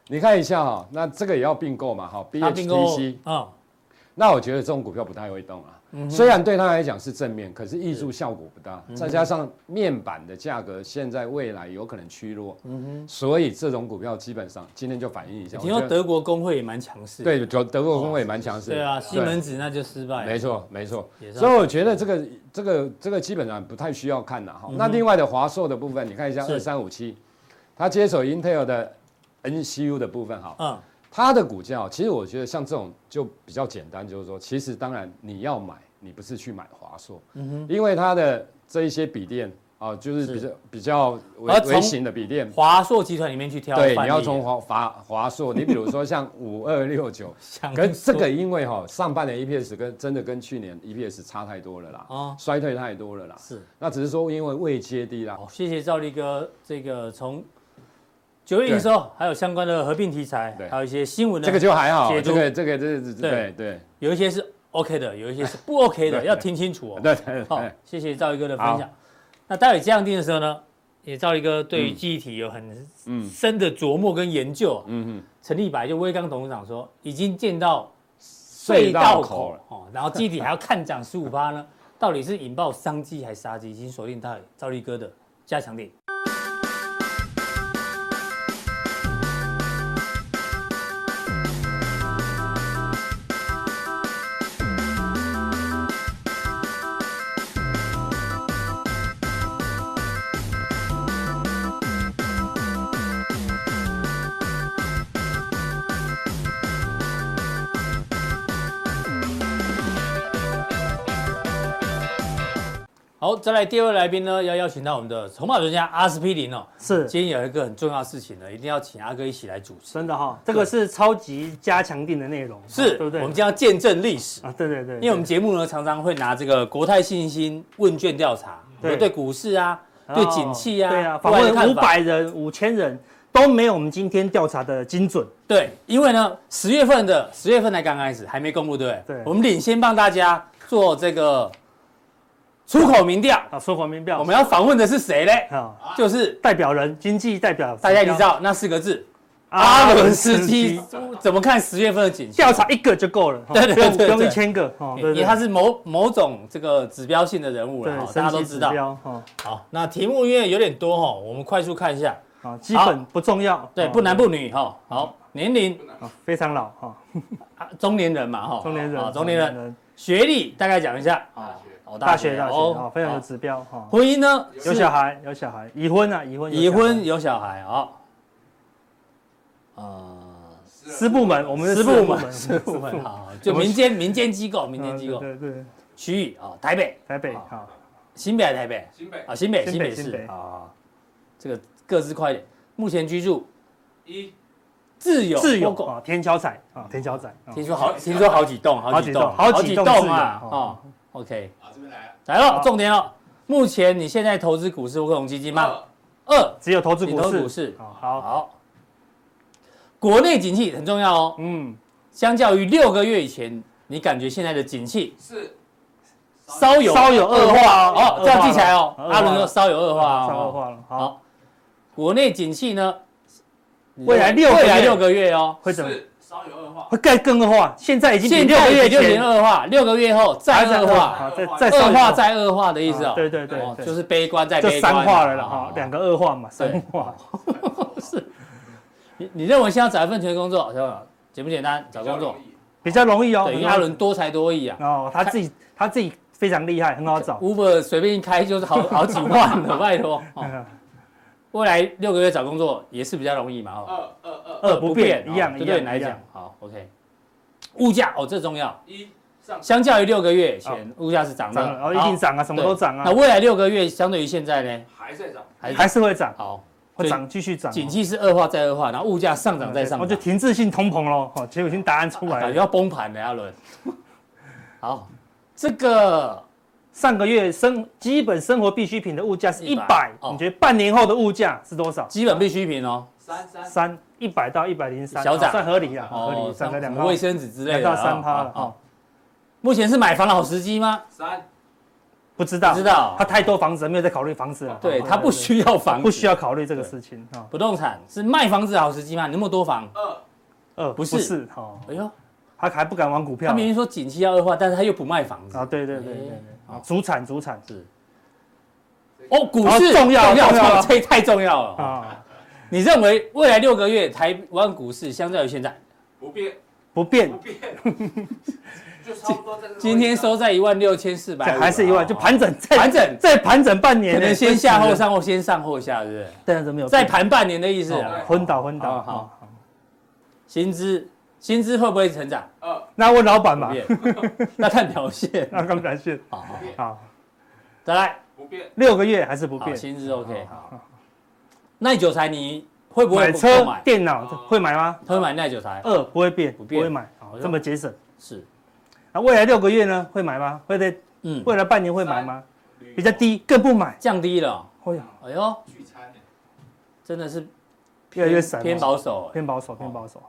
Speaker 3: 你看一下哈、那这个也要并购嘛，哈、
Speaker 2: 它并购
Speaker 3: BHTC，
Speaker 2: 嗯，
Speaker 3: 那我觉得这种股票不太会动啊。虽然对他来讲是正面，可是溢注效果不大，
Speaker 2: 嗯
Speaker 3: 再加上面板的价格现在未来有可能趋弱，
Speaker 2: 嗯
Speaker 3: 所以这种股票基本上今天就反映一下。
Speaker 2: 听
Speaker 3: 我
Speaker 2: 说
Speaker 3: 觉得
Speaker 2: 德国工会也蛮强势。
Speaker 3: 对德德国工会也蛮强势的，
Speaker 2: 对啊，西门子那就失败了。
Speaker 3: 没错，没错
Speaker 2: 也。是
Speaker 3: 所以我觉得这个这个这个基本上不太需要看了哈。那另外的华硕的部分，你看一下
Speaker 2: 嗯是
Speaker 3: 二三五七，它接手 Intel 的 NCU 的部分哈，
Speaker 2: 嗯，
Speaker 3: 它的股价哦其实我觉得像这种就比较简单，就是说，其实当然你要买，你不是去买华硕，
Speaker 2: 嗯
Speaker 3: 因为它的这一些笔电啊，就是比较比较
Speaker 2: 而
Speaker 3: 微
Speaker 2: 啊从
Speaker 3: 微型的笔电。
Speaker 2: 华硕集团里面去挑范
Speaker 3: 对
Speaker 2: 例。，
Speaker 3: 你要从华华华硕，你比如说像五二六九，
Speaker 2: 想
Speaker 3: 跟这
Speaker 2: 说
Speaker 3: 个因为哈、上半年 EPS 跟真的跟去年 EPS 差太多了啦，
Speaker 2: 哦
Speaker 3: 衰退太多了啦。
Speaker 2: 是。哦
Speaker 3: 那只是说因为未接低啦，
Speaker 2: 好，谢谢赵力哥，这个从九月营收，还有相关的合并题材
Speaker 3: 对，
Speaker 2: 还有一些新闻呢，
Speaker 3: 这个就还好，
Speaker 2: 解
Speaker 3: 这
Speaker 2: 读
Speaker 3: 个这个这个
Speaker 2: 对
Speaker 3: 对对
Speaker 2: 有一些是 OK 的，有一些是不 OK 的，
Speaker 3: 对
Speaker 2: 要听清楚哦。
Speaker 3: 对对
Speaker 2: 好
Speaker 3: 对，，
Speaker 2: 谢谢赵力哥的分
Speaker 3: 哎好
Speaker 2: 享。那待会降定的时候呢，也赵力哥对于记忆体有很
Speaker 3: 嗯
Speaker 2: 深的琢磨跟研究。
Speaker 3: 嗯嗯，
Speaker 2: 陈立白就威刚董事长说，已经见到隧
Speaker 3: 隧
Speaker 2: 道
Speaker 3: 道
Speaker 2: 口
Speaker 3: 口
Speaker 2: 了
Speaker 3: 了
Speaker 2: 哦，然后基体还要看涨十五趴呢， [laughs] 到底是引爆商机还是杀机？已经锁定到赵力哥的加强点。好，再来第二位来宾呢，要邀请到我们的筹码专家阿司匹林哦。
Speaker 4: 是
Speaker 2: 今天有一个很重要的事情呢，一定要请阿哥一起来主持。
Speaker 4: 真的哈，这个是超级加强定的内容，
Speaker 2: 是，
Speaker 4: 对不对？
Speaker 2: 我们将要见证历史。
Speaker 4: 啊，对对对，
Speaker 2: 因为我们节目呢，常常会拿这个国泰信心问卷调查，
Speaker 4: 对
Speaker 2: 对对股市啊，
Speaker 4: 然后
Speaker 2: 对景气啊，
Speaker 4: 对啊，
Speaker 2: 国
Speaker 4: 访
Speaker 2: 外的
Speaker 4: 问
Speaker 2: 看
Speaker 4: 五
Speaker 2: 法，
Speaker 4: 百人、五千人都没有我们今天调查的精准，
Speaker 2: 对，因为呢，十月份的十月份才刚开始，还没公布，对不对？
Speaker 4: 对
Speaker 2: 我们领先帮大家做这个出口民调，
Speaker 4: 啊，说黄明标，
Speaker 2: 我们要访问的是谁嘞？
Speaker 4: 啊，
Speaker 2: 就是
Speaker 4: 代表人经济代表，
Speaker 2: 大家一定知道那四个字阿
Speaker 4: 阿
Speaker 2: 伦
Speaker 4: 伦
Speaker 2: 斯
Speaker 4: 斯
Speaker 2: 基
Speaker 4: 基
Speaker 2: 怎么看十月份的景气？
Speaker 4: 调查一个就够了，哦
Speaker 2: 对对
Speaker 4: 不用
Speaker 2: 对
Speaker 4: 不用
Speaker 2: 对
Speaker 4: 一千个哦，对
Speaker 2: 因为
Speaker 4: 对，
Speaker 2: 他是某某种这个指标性的人物了，
Speaker 4: 对
Speaker 2: 哈大家都知道。
Speaker 4: 升息指标哦
Speaker 2: 好，那题目因为有点多哈，我们快速看一下。
Speaker 4: 啊，基本不重要，
Speaker 2: 对，
Speaker 4: 啊
Speaker 2: 不男不女哈、好，年龄
Speaker 4: 啊非常老哈，
Speaker 2: 啊，中年人嘛哈、
Speaker 4: 中年
Speaker 2: 啊
Speaker 4: 人，
Speaker 2: 中年人，学历大概讲一下啊，哦
Speaker 4: 大学大学
Speaker 2: 哦
Speaker 4: 啊，非常有
Speaker 2: 好
Speaker 4: 指标哈，
Speaker 2: 婚姻呢，
Speaker 4: 有
Speaker 2: 是
Speaker 4: 小孩有小孩，已婚啊已婚，
Speaker 2: 已
Speaker 4: 有小孩
Speaker 2: 婚有小孩啊，呃，
Speaker 4: 私部门，我们是
Speaker 2: 私部门，私
Speaker 4: 私
Speaker 2: 部
Speaker 4: 部
Speaker 2: 门
Speaker 4: 门，
Speaker 2: 好，好就民间民间机构，民间
Speaker 4: 嗯
Speaker 2: 机构
Speaker 4: 对对对，
Speaker 2: 区域啊，台北、
Speaker 4: 台北
Speaker 2: 好
Speaker 4: 好，
Speaker 2: 新北还是台北？
Speaker 5: 新北
Speaker 2: 啊，新北
Speaker 4: 新
Speaker 2: 新
Speaker 4: 北
Speaker 2: 北
Speaker 4: 新
Speaker 2: 市
Speaker 4: 北
Speaker 2: 啊，好这个各自快一点。目前居住
Speaker 5: 一
Speaker 2: 自由
Speaker 4: 自由
Speaker 2: 公共
Speaker 4: 啊，天桥仔啊，天桥仔，啊
Speaker 2: 听说好，听说好几栋，好几栋，
Speaker 4: 好几栋
Speaker 2: 好
Speaker 4: 好几栋
Speaker 2: 几啊！
Speaker 4: 自由
Speaker 2: 哦，OK，
Speaker 5: 好，啊这边来了
Speaker 2: 来了，
Speaker 4: 好
Speaker 2: 重点了。目前你现在投资股市或共基金吗？
Speaker 5: 啊
Speaker 2: 二，
Speaker 4: 只有投资
Speaker 2: 你
Speaker 4: 股
Speaker 2: 投
Speaker 4: 市，
Speaker 2: 股市
Speaker 4: 好好，
Speaker 2: 好。国内景气很重要哦，
Speaker 4: 嗯，
Speaker 2: 相较于六个月以前，你感觉现在的景气
Speaker 5: 是
Speaker 2: 稍有
Speaker 4: 稍有恶化
Speaker 2: 哦，
Speaker 4: 哦
Speaker 2: 这样记起来哦。
Speaker 4: 恶化了
Speaker 2: 阿伦说稍有恶化哦，
Speaker 4: 上恶化了，好，
Speaker 2: 好，国内景气呢，
Speaker 4: 未来六个月
Speaker 2: 未来六个月哦，
Speaker 4: 会怎么？
Speaker 5: 是稍有恶化，
Speaker 4: 会更更恶化，现在已经比
Speaker 2: 现
Speaker 4: 六
Speaker 2: 在
Speaker 4: 个月
Speaker 2: 六
Speaker 4: 前
Speaker 2: 年恶化，六个月后再恶化，
Speaker 4: 好，再再
Speaker 2: 恶
Speaker 4: 上
Speaker 2: 化再恶化的意思哦
Speaker 4: 啊。对对对
Speaker 2: 哦，
Speaker 4: 对
Speaker 2: 就是悲观再
Speaker 4: 就
Speaker 2: 悲观，
Speaker 4: 三化了啦，哈
Speaker 2: 哦，
Speaker 4: 两。个恶化嘛，三化，
Speaker 2: 你你认为现在找一份全职工作，小朋友简不简单？找工作，
Speaker 4: 比较容易哦。
Speaker 2: 对，因为
Speaker 4: 很多
Speaker 2: 阿伦多才多艺啊。
Speaker 4: 哦，他自己他自己非常厉害，很好找。
Speaker 2: Uber 随便一开就是
Speaker 4: [laughs]
Speaker 2: 好好几万了，拜托。哦未来六个月找工作也是比较容易嘛，哦，
Speaker 5: 二二二
Speaker 4: 二不变
Speaker 2: 哦
Speaker 4: 一样
Speaker 2: 这
Speaker 4: 一
Speaker 2: 对
Speaker 4: 样
Speaker 2: 你来
Speaker 4: 一
Speaker 2: 讲
Speaker 4: 样，
Speaker 2: 好，OK。物价哦，这重要。
Speaker 5: 一上
Speaker 2: 相较于六个月前，物价是涨的，
Speaker 4: 涨了，哦，一定
Speaker 2: 好。
Speaker 4: 涨啊，什么
Speaker 2: 对
Speaker 4: 都涨啊
Speaker 2: 那，未来六个月相对于现在呢，
Speaker 5: 还在涨，
Speaker 2: 还是
Speaker 4: 还是会涨，
Speaker 2: 好，
Speaker 4: 会涨继续涨哦。
Speaker 2: 景气是恶化再恶化，然后物价上涨再上
Speaker 4: 哦，
Speaker 2: 涨
Speaker 4: 就，停滞性通膨喽。哦，结果已经答案出来
Speaker 2: 感觉
Speaker 4: 了。
Speaker 2: 啊要崩盘了，阿伦。 [laughs] 好，这个
Speaker 4: 上个月生基本生活必需品的物价是一
Speaker 2: 100
Speaker 4: 百，
Speaker 2: 哦
Speaker 4: 你觉得半年后的物价是多少？
Speaker 2: 基本必需品哦，
Speaker 5: 三三
Speaker 4: 三一百到一百零三，
Speaker 2: 小涨
Speaker 4: 哦算合理啦，合
Speaker 2: 哦
Speaker 4: 理，，涨个
Speaker 2: 什
Speaker 4: 两
Speaker 2: 么
Speaker 4: 到
Speaker 2: 卫生纸之类
Speaker 4: 两
Speaker 2: 的
Speaker 4: 到
Speaker 2: 啊，
Speaker 4: 三趴了。
Speaker 2: 哦
Speaker 4: 哦，，
Speaker 2: 目前是买房的好时机吗？
Speaker 5: 三
Speaker 4: 不知道，
Speaker 2: 不知道
Speaker 4: 他太多房子了没有在考虑房子了。
Speaker 2: 对
Speaker 4: 哦
Speaker 2: 他不需要房，
Speaker 4: 不需
Speaker 2: 要
Speaker 4: 要考虑这个事情啊。
Speaker 2: 不动产是卖房子的好时机吗？你那么多房，
Speaker 5: 二
Speaker 4: 呃，
Speaker 2: 不
Speaker 4: 不
Speaker 2: 是
Speaker 4: 是哦，
Speaker 2: 哎呦，
Speaker 4: 他还不敢玩股票
Speaker 2: 他明明说景气要恶化，但是他又不卖房子
Speaker 4: 啊，对对对对
Speaker 2: 哎
Speaker 4: 对，
Speaker 2: 好
Speaker 4: 啊主产主产
Speaker 2: 是。哦，股市
Speaker 4: 哦重要
Speaker 2: 重
Speaker 4: 重要
Speaker 2: 要，
Speaker 4: 了
Speaker 2: 这太重要了。
Speaker 4: 啊，
Speaker 2: 你认为未来六个月台湾股市相较于现在，
Speaker 5: 不变
Speaker 4: 不变
Speaker 5: 不，变， [laughs] 就差不多在这个
Speaker 2: 今天收在一万六千四百，
Speaker 4: 这还是一万，就
Speaker 2: 哦
Speaker 4: 盘整再
Speaker 2: 盘整
Speaker 4: 再盘整半年
Speaker 2: 可
Speaker 4: 呢，
Speaker 2: 能先下后上或先上后下，是不是？
Speaker 4: 这样子没有
Speaker 2: 再
Speaker 4: 变
Speaker 2: 盘半年的意思啊。
Speaker 4: 哦昏倒昏
Speaker 2: 好
Speaker 4: 倒
Speaker 2: 好
Speaker 4: 好。好
Speaker 2: 薪资薪资会不会成
Speaker 4: [laughs]
Speaker 2: 长？
Speaker 5: 二
Speaker 4: 那问老板嘛
Speaker 2: 不，变 [laughs] 那看表现。
Speaker 4: 那刚才是
Speaker 2: 好，好好
Speaker 4: 好
Speaker 2: 再来，
Speaker 5: 不变
Speaker 4: 六个月还是不
Speaker 2: 好，
Speaker 4: 变，哦
Speaker 2: 薪资 OK。
Speaker 4: 好
Speaker 2: 好，耐久材你会不会
Speaker 4: 买
Speaker 2: 不
Speaker 4: 车
Speaker 2: 不买？
Speaker 4: 电脑
Speaker 5: 哦
Speaker 4: 会买吗？
Speaker 2: 会买耐久材？
Speaker 4: 二不会变，
Speaker 2: 不
Speaker 4: 不
Speaker 2: 变
Speaker 4: 会买，好这么节省。
Speaker 2: 是，
Speaker 4: 那未来六个月呢？会买吗？会在
Speaker 2: 嗯，
Speaker 4: 未来半年会买吗？比较低，更不买。
Speaker 2: 降低了。
Speaker 5: 哦
Speaker 4: 哎呀，
Speaker 2: 哎呦，
Speaker 5: 聚餐欸
Speaker 2: 真的是
Speaker 4: 越来越散了，
Speaker 2: 偏保守，欸
Speaker 4: 偏保守，偏保守。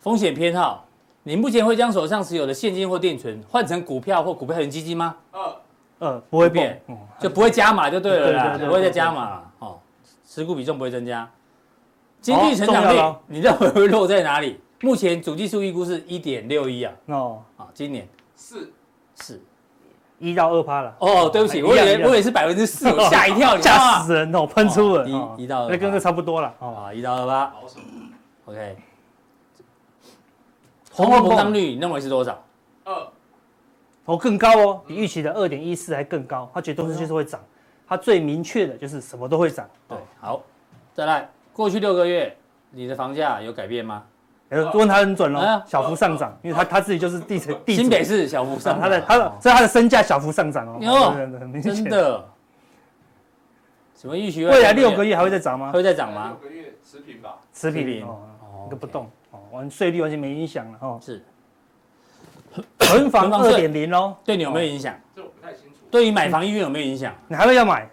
Speaker 2: 风险偏好。你目前会将手上持有的现金或定存换成股票或股票型基金吗？
Speaker 5: 二
Speaker 4: 呃，不会
Speaker 2: 不变
Speaker 4: 变，嗯
Speaker 2: 就不会加码就对了
Speaker 4: 对
Speaker 2: 啦
Speaker 4: 对，对
Speaker 2: 不会再加码了哦，持股比重不会增加。经济成
Speaker 4: 重
Speaker 2: 长
Speaker 4: 要
Speaker 2: 率
Speaker 4: 了
Speaker 2: 你认为会落在哪里？目前主计数预估是一点六一啊，
Speaker 4: 哦，
Speaker 2: 啊，今年
Speaker 5: 四
Speaker 2: 是
Speaker 4: 一到二趴了。
Speaker 2: 哦，对不起，
Speaker 4: 一
Speaker 2: 我以
Speaker 4: 样
Speaker 2: 为
Speaker 4: 一样
Speaker 2: 我以为是百分之四，我吓一跳，你知道
Speaker 4: [laughs] 吓
Speaker 2: 吗？
Speaker 4: 死人哦，喷出了，
Speaker 2: 哦一
Speaker 4: 哦
Speaker 2: 一到二
Speaker 4: 那跟这差不多了哦。
Speaker 2: 啊，一到二八
Speaker 5: 保守
Speaker 2: ，OK。通货膨胀率你认为是多少？
Speaker 5: 二
Speaker 4: 哦，更高哦，比预期的二点一四还更高。他觉得东西就是会涨，他最明确的就是什么都会涨。
Speaker 2: 对，好，再来，过去六个月你的房价有改变吗？
Speaker 4: 哎呦问他很准
Speaker 2: 哎呀
Speaker 4: 哦，小幅上涨，因为他他自己就是地产地
Speaker 2: 哦
Speaker 4: 主
Speaker 2: 新北市小幅上，
Speaker 4: 上 [laughs]
Speaker 2: 哦
Speaker 4: 他的他的，所以他的身价小幅上涨哦，
Speaker 2: 哟
Speaker 4: 对对对很明
Speaker 2: 真
Speaker 4: 显。
Speaker 2: 的，什么预期
Speaker 4: 未来六个月还会再涨吗？
Speaker 2: 会再涨吗
Speaker 5: 六？个月持平吧，
Speaker 4: 持
Speaker 2: 持平
Speaker 4: 平哦，
Speaker 2: 哦，
Speaker 4: 一个不动哦，完税率完全没影响了哦
Speaker 2: 是
Speaker 4: 囤房
Speaker 2: 囤房
Speaker 4: 二
Speaker 2: 税
Speaker 4: 点零哦，嗯
Speaker 2: 对你有没有影响？
Speaker 5: 这我不太清楚。
Speaker 2: 对于买房意愿有没有影响？
Speaker 4: 你还会要买，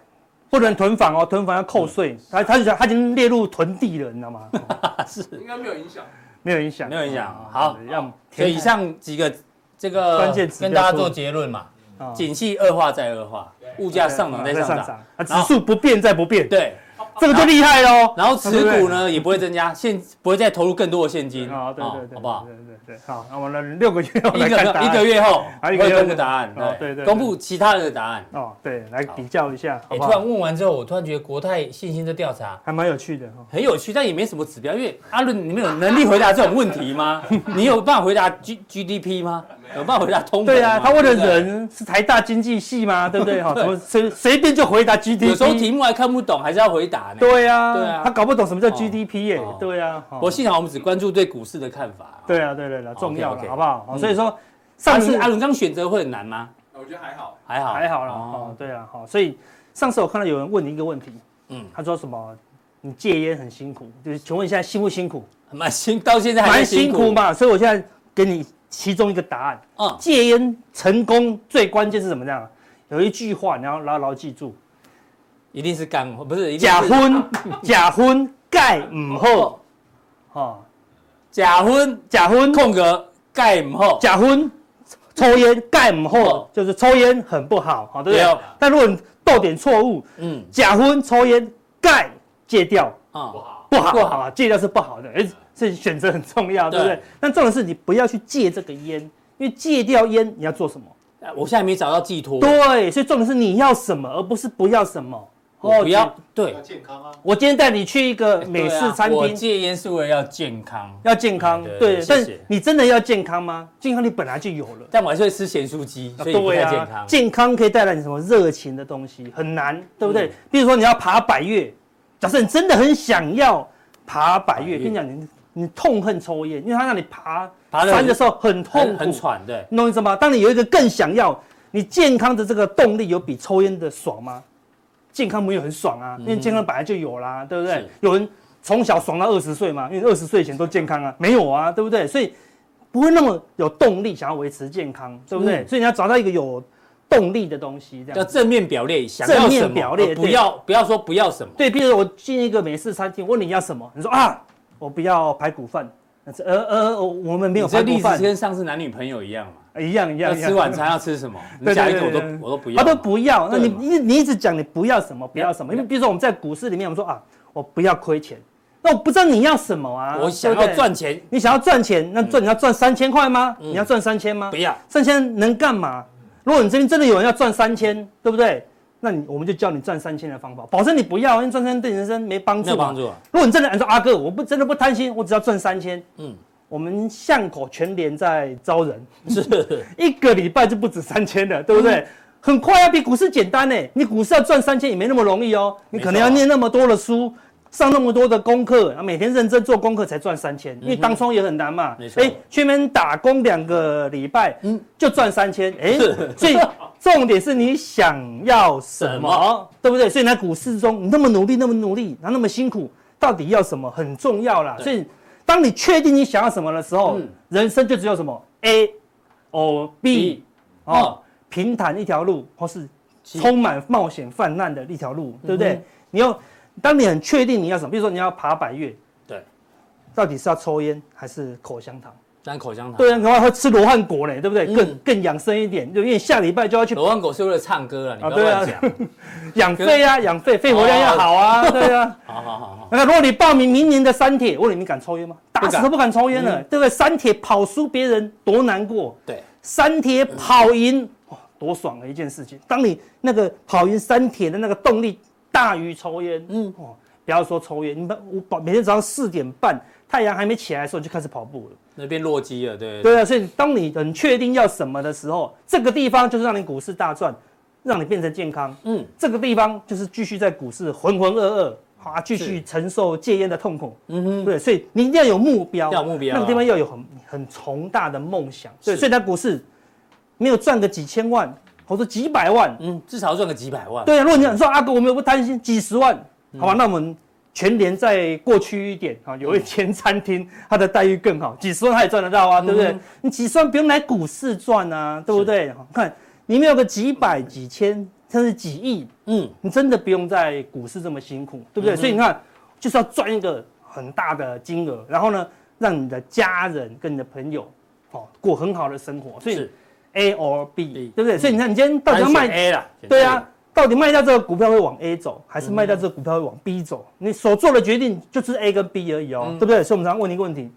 Speaker 4: 不能囤房哦，囤房要扣税，他他就他已经列入囤地了，你知道吗？哦
Speaker 5: 应该没有影响。
Speaker 4: [laughs] 没有影响，
Speaker 2: 没有影响
Speaker 4: 哦
Speaker 2: 好
Speaker 4: 对要
Speaker 2: 所以以上几个这个
Speaker 4: 关键指标
Speaker 2: 跟大家做结论嘛，
Speaker 4: 哦
Speaker 2: 景气恶化再恶化，物价上涨再上涨，
Speaker 4: 啊，指
Speaker 2: 然后
Speaker 4: 数不变再不变，
Speaker 2: 对，
Speaker 5: 它
Speaker 4: 这个就厉害喽。
Speaker 2: 然后持股呢也不会增加，现不会再投入更多的现金，哦
Speaker 4: 啊，对对对，
Speaker 2: 好不好？
Speaker 4: 对对对，好，那我们六个月后来
Speaker 2: 一
Speaker 4: 看答
Speaker 2: 个
Speaker 4: 案
Speaker 2: 一个月后
Speaker 4: 啊
Speaker 2: 会
Speaker 4: 一个月后
Speaker 2: 公布答案，哎
Speaker 4: 哦对对对
Speaker 2: 公布其他人的答案。
Speaker 4: 哦，对，来比较一下，好
Speaker 2: 哎，
Speaker 4: 不
Speaker 2: 突然
Speaker 4: 好？
Speaker 2: 问完之后，我突然觉得国泰信心的调查
Speaker 4: 还蛮有趣的哦哈。
Speaker 2: 很有趣，但也没什么指标，因为阿伦，你们有能力回答这种问题
Speaker 4: [laughs]
Speaker 2: 吗？你有办法回答 G G D P 吗？有办法回答通膨吗？
Speaker 4: 对啊，他问的
Speaker 2: 对不对，
Speaker 4: 人是台大经济
Speaker 2: [laughs]
Speaker 4: 系吗？对不对？哦哈，怎么随随便就回答 GDP？
Speaker 2: 有时候题目还看不懂，还是要回答呢。
Speaker 4: 对啊，
Speaker 2: 对啊
Speaker 4: 他搞不懂什么叫
Speaker 2: 哦
Speaker 4: GDP 耶
Speaker 2: 哦。
Speaker 4: 对啊，哦
Speaker 2: 我幸好我们只关注对股市的看法。
Speaker 4: 对啊，对对对，重要了，
Speaker 2: OK，OK
Speaker 4: 好不好？哦所以说
Speaker 2: 上
Speaker 4: 上
Speaker 2: 次
Speaker 4: 次
Speaker 2: 阿伦刚选择会很难吗？
Speaker 5: 我觉得还好，
Speaker 2: 还好，
Speaker 4: 还好啦，
Speaker 2: 哦
Speaker 4: 哦，对啊，好，所以上次我看到有人问你一个问题，
Speaker 2: 嗯
Speaker 4: 嗯，他说什么？你戒烟很辛苦，就是请问一下辛不辛苦？
Speaker 2: 蛮辛，到现在还
Speaker 4: 蛮
Speaker 2: 是
Speaker 4: 辛苦
Speaker 2: 苦？
Speaker 4: 嘛，所以我现在给你其中一个答案。
Speaker 2: 嗯，
Speaker 4: 戒烟成功最关键是怎么样？有一句话你要牢牢记住：
Speaker 2: 一定是干活，不是一嗯定是
Speaker 4: 假婚假婚盖唔好，哦，
Speaker 2: 假婚
Speaker 4: 假婚
Speaker 2: 空格盖母后，
Speaker 4: 假婚抽烟盖唔
Speaker 2: 哦
Speaker 4: 好，就是抽烟很不好，好对不
Speaker 2: 对
Speaker 4: 对
Speaker 2: 哦？
Speaker 4: 但如果你逗点错误，
Speaker 2: 嗯
Speaker 4: 假婚抽烟盖戒掉
Speaker 2: 啊，
Speaker 4: 不好，
Speaker 2: 不
Speaker 4: 不
Speaker 2: 好
Speaker 4: 好啊，戒掉是不好的，哎，这选择很重要，对不
Speaker 2: 对
Speaker 4: 对？但重点是你不要去戒这个烟，因为戒掉烟你要做什么？
Speaker 2: 我现在没找到寄托，
Speaker 4: 对，所以重点是你要什么，而不是不要什么。哦
Speaker 2: 我不要对
Speaker 6: 要健康啊，
Speaker 4: 我今天带你去一个美
Speaker 2: 对
Speaker 4: 式
Speaker 2: 啊
Speaker 4: 餐
Speaker 2: 我
Speaker 4: 厅，
Speaker 2: 戒烟是为了要健康，
Speaker 4: 要健康
Speaker 2: 对，
Speaker 4: 对
Speaker 2: 谢，
Speaker 4: 但
Speaker 2: 谢
Speaker 4: 你真的要健康吗？健康你本来就有了。
Speaker 2: 但我还是会吃咸酥鸡，所以不太
Speaker 4: 对啊，
Speaker 2: 健康。嗯
Speaker 4: 健康可以带来你什么热情的东西，很难，对不对？比如说你要爬百越，假设你真的很想要爬百
Speaker 2: 百越
Speaker 4: 越，跟你讲，你你痛恨抽烟，因为他让你爬
Speaker 2: 爬得很
Speaker 4: 山的时候很痛
Speaker 2: 很
Speaker 4: 苦，
Speaker 2: 很喘，对，
Speaker 4: 你懂我意思吗？当你有一个更想要你健康的这个动力，有比抽烟的爽吗？健康没有很爽啊，因为健康本来就有啦，对不对
Speaker 2: 嗯是？
Speaker 4: 有人从小爽到二十岁嘛，因为二十岁以前都健康啊，没有啊，对不对？所以不会那么有动力想要维持健康，对不对？
Speaker 2: 嗯
Speaker 4: 所以你要找到一个有动力的东西，这
Speaker 2: 要
Speaker 4: 样。
Speaker 2: 正面表列，想要
Speaker 4: 正面
Speaker 2: 什么呃
Speaker 4: 表列
Speaker 2: 而不
Speaker 4: 对
Speaker 2: 要不要说不要什么，
Speaker 4: 对，比如我进一个美式餐厅，问你要什么，你说啊，我不要排骨饭，那是呃呃，我我们没有
Speaker 2: 你这
Speaker 4: 排骨
Speaker 2: 例子
Speaker 4: 饭，
Speaker 2: 跟上次男女朋友一样嘛，
Speaker 4: 一样一
Speaker 2: 要
Speaker 4: 样一样。
Speaker 2: 吃晚餐要吃什么，
Speaker 4: [laughs]
Speaker 2: 你
Speaker 4: 对对
Speaker 2: 讲一个我
Speaker 4: 对
Speaker 2: 都
Speaker 4: 对对
Speaker 2: 我都不要
Speaker 4: 他
Speaker 2: 嘛，
Speaker 4: 都不要。那
Speaker 2: 对
Speaker 4: 你
Speaker 2: 嘛
Speaker 4: 你你一直讲你不要什么，不要什么。
Speaker 2: 对
Speaker 4: 因为比如说我们在股市里面，我们说啊，我不要亏钱。那我不知道你要什么啊？
Speaker 2: 我想
Speaker 4: 对
Speaker 2: 要
Speaker 4: 不对。
Speaker 2: 赚钱，
Speaker 4: 你想要赚钱，那赚你要赚三千块吗？你要赚三千吗
Speaker 2: 不？要
Speaker 4: 三千能干嘛？如果你这边真的有人要赚三千，对不对？那你我们就教你赚三千的方法，保证你不要，因为赚三千对你人生没帮助
Speaker 2: 没
Speaker 4: 嘛。
Speaker 2: 有帮助
Speaker 4: [laughs]
Speaker 2: 啊，
Speaker 4: 如果你真的你说阿哥，我不真的不贪心，我只要赚三千，
Speaker 2: 嗯
Speaker 4: 嗯，我们巷口全联在招人，
Speaker 2: 是
Speaker 4: 一个礼拜就不止三千了，对不
Speaker 2: 嗯
Speaker 4: 对？很快啊要比股市简单呢。你股市要赚三千也没那么容易哦，你
Speaker 2: 没
Speaker 4: 可能
Speaker 2: 错
Speaker 4: 要念那么多的书，上那么多的功课，啊每天认真做功课才赚三千，因为当冲也很难嘛
Speaker 2: 嗯没。错
Speaker 4: 去那边打工两个礼拜，
Speaker 2: 嗯
Speaker 4: 嗯，就赚三千，
Speaker 2: [laughs]
Speaker 4: 哎
Speaker 2: 是，
Speaker 4: 所以重点是你想要什
Speaker 2: 什么
Speaker 4: 么，对不对？所以你在股市中，你那么努力，那么努力，然后那么辛苦，到底要什么很重要啦。
Speaker 2: 对
Speaker 4: 所以当你确定你想要什么的时候
Speaker 2: 嗯，
Speaker 4: 人生就只有什么 A。O B
Speaker 2: 哦
Speaker 4: 哦，平坦一条路，或是充满冒险泛滥的一条路，
Speaker 2: 嗯
Speaker 4: 对不对？你要当你很确定你要什么，比如说你要爬百越，
Speaker 2: 对，
Speaker 4: 到底是要抽烟还是口香糖？
Speaker 2: 当口香糖。
Speaker 4: 对啊，然后还吃罗汉果呢，对不对？
Speaker 2: 嗯
Speaker 4: 更更养生一点，就因为下礼拜就要去
Speaker 2: 罗汉狗是为了唱歌了，你不要
Speaker 4: 啊对啊
Speaker 2: 乱
Speaker 4: [laughs]
Speaker 2: 讲。
Speaker 4: 养肺啊，养肺，肺活量要好啊，
Speaker 2: 哦
Speaker 4: 对啊。
Speaker 2: 好好好好，
Speaker 4: 那如果你报名明年的三铁，我问你你敢抽烟吗？打死都不敢嗯抽烟了，对不对？三铁跑输别人多难过，
Speaker 2: 对，
Speaker 4: 三铁跑赢，哇，多爽的一件事情！当你那个跑赢三铁的那个动力大于抽烟，嗯，哦，不要说抽烟，你们我把每天早上四点半太阳还没起来的时候就开始跑步了。
Speaker 2: 那边落基了，对
Speaker 4: 对啊，所以当你很确定要什么的时候，这个地方就是让你股市大赚，让你变成健康。
Speaker 2: 嗯
Speaker 4: 嗯，这个地方就是继续在股市浑浑噩噩。啊，继续承受戒烟的痛苦，嗯哼，对，所以你一定要有目标，
Speaker 2: 要有目标啊
Speaker 4: 那个地方要有很很宏大的梦想，对，
Speaker 2: 是
Speaker 4: 所以在股市没有赚个几千万，或者几百万，
Speaker 2: 嗯，至少赚个几百万。
Speaker 4: 对啊，如果你想说阿哥，我们也不贪心，几十万，好吧，那我们全联再过去一点啊，有一间餐厅，它的待遇更好，几十万他也赚得到啊，对不对？你几十万不用来股市赚啊，对不对？好看你们有个几百、几千，甚至几亿，
Speaker 2: 嗯，
Speaker 4: 你真的不用在股市这么辛苦，对不对？所以你看，就是要赚一个很大的金额，然后呢，让你的家人跟你的朋友，哦，过很好的生活。所以
Speaker 2: 是
Speaker 4: A or B，对不对？所以你看，你今天到
Speaker 2: 大
Speaker 4: 底
Speaker 2: 家
Speaker 4: 要
Speaker 2: 卖
Speaker 4: 卖
Speaker 2: 嗯 A 啦。
Speaker 4: 对啊，到底卖掉这个股票会往 A 走，还是
Speaker 2: 嗯
Speaker 4: 卖掉这个股票会往 B 走？你所做的决定就只是 A 跟 B 而已
Speaker 2: 嗯
Speaker 4: 哦，对不对？所以我们常常问一个问题：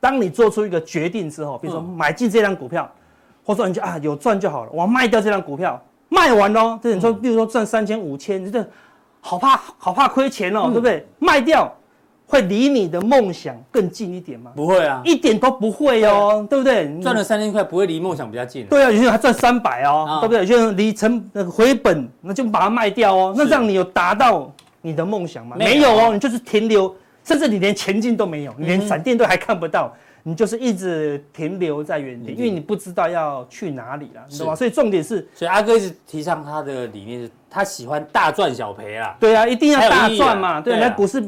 Speaker 4: 当你做出一个决定之后，比如
Speaker 2: 嗯
Speaker 4: 说买进这张股票，或者说你就啊有赚就好了，我要卖掉这张股票，卖完喽，这你
Speaker 2: 嗯
Speaker 4: 说，比如说赚三千、五千，你这好怕好怕亏钱
Speaker 2: 嗯
Speaker 4: 哦，对不对？卖掉会离你的梦想更近一点吗？
Speaker 2: 不会啊，
Speaker 4: 一点都不会哦，对不对？你
Speaker 2: 赚了三千块不会离梦想比较近啊。
Speaker 4: 对啊，有些人还赚三百哦
Speaker 2: 啊，
Speaker 4: 对不对？有些人离成那个回本，那就把它卖掉哦。那这样你有达到你的梦想吗？
Speaker 2: 没
Speaker 4: 没
Speaker 2: 有嗯
Speaker 4: 有哦，你就是停留，甚至你连前进都没有，你连闪电都还看不到，你就是一直停留在原地，因为你不知道要去哪里了，你懂吗？所以重点是，
Speaker 2: 所以阿哥一直提倡他的理念是，他喜欢大赚小赔啦。
Speaker 4: 对啊，一定要
Speaker 2: 才有
Speaker 4: 大
Speaker 2: 意义啊
Speaker 4: 赚嘛，对啊，
Speaker 2: 对啊
Speaker 4: 那股市。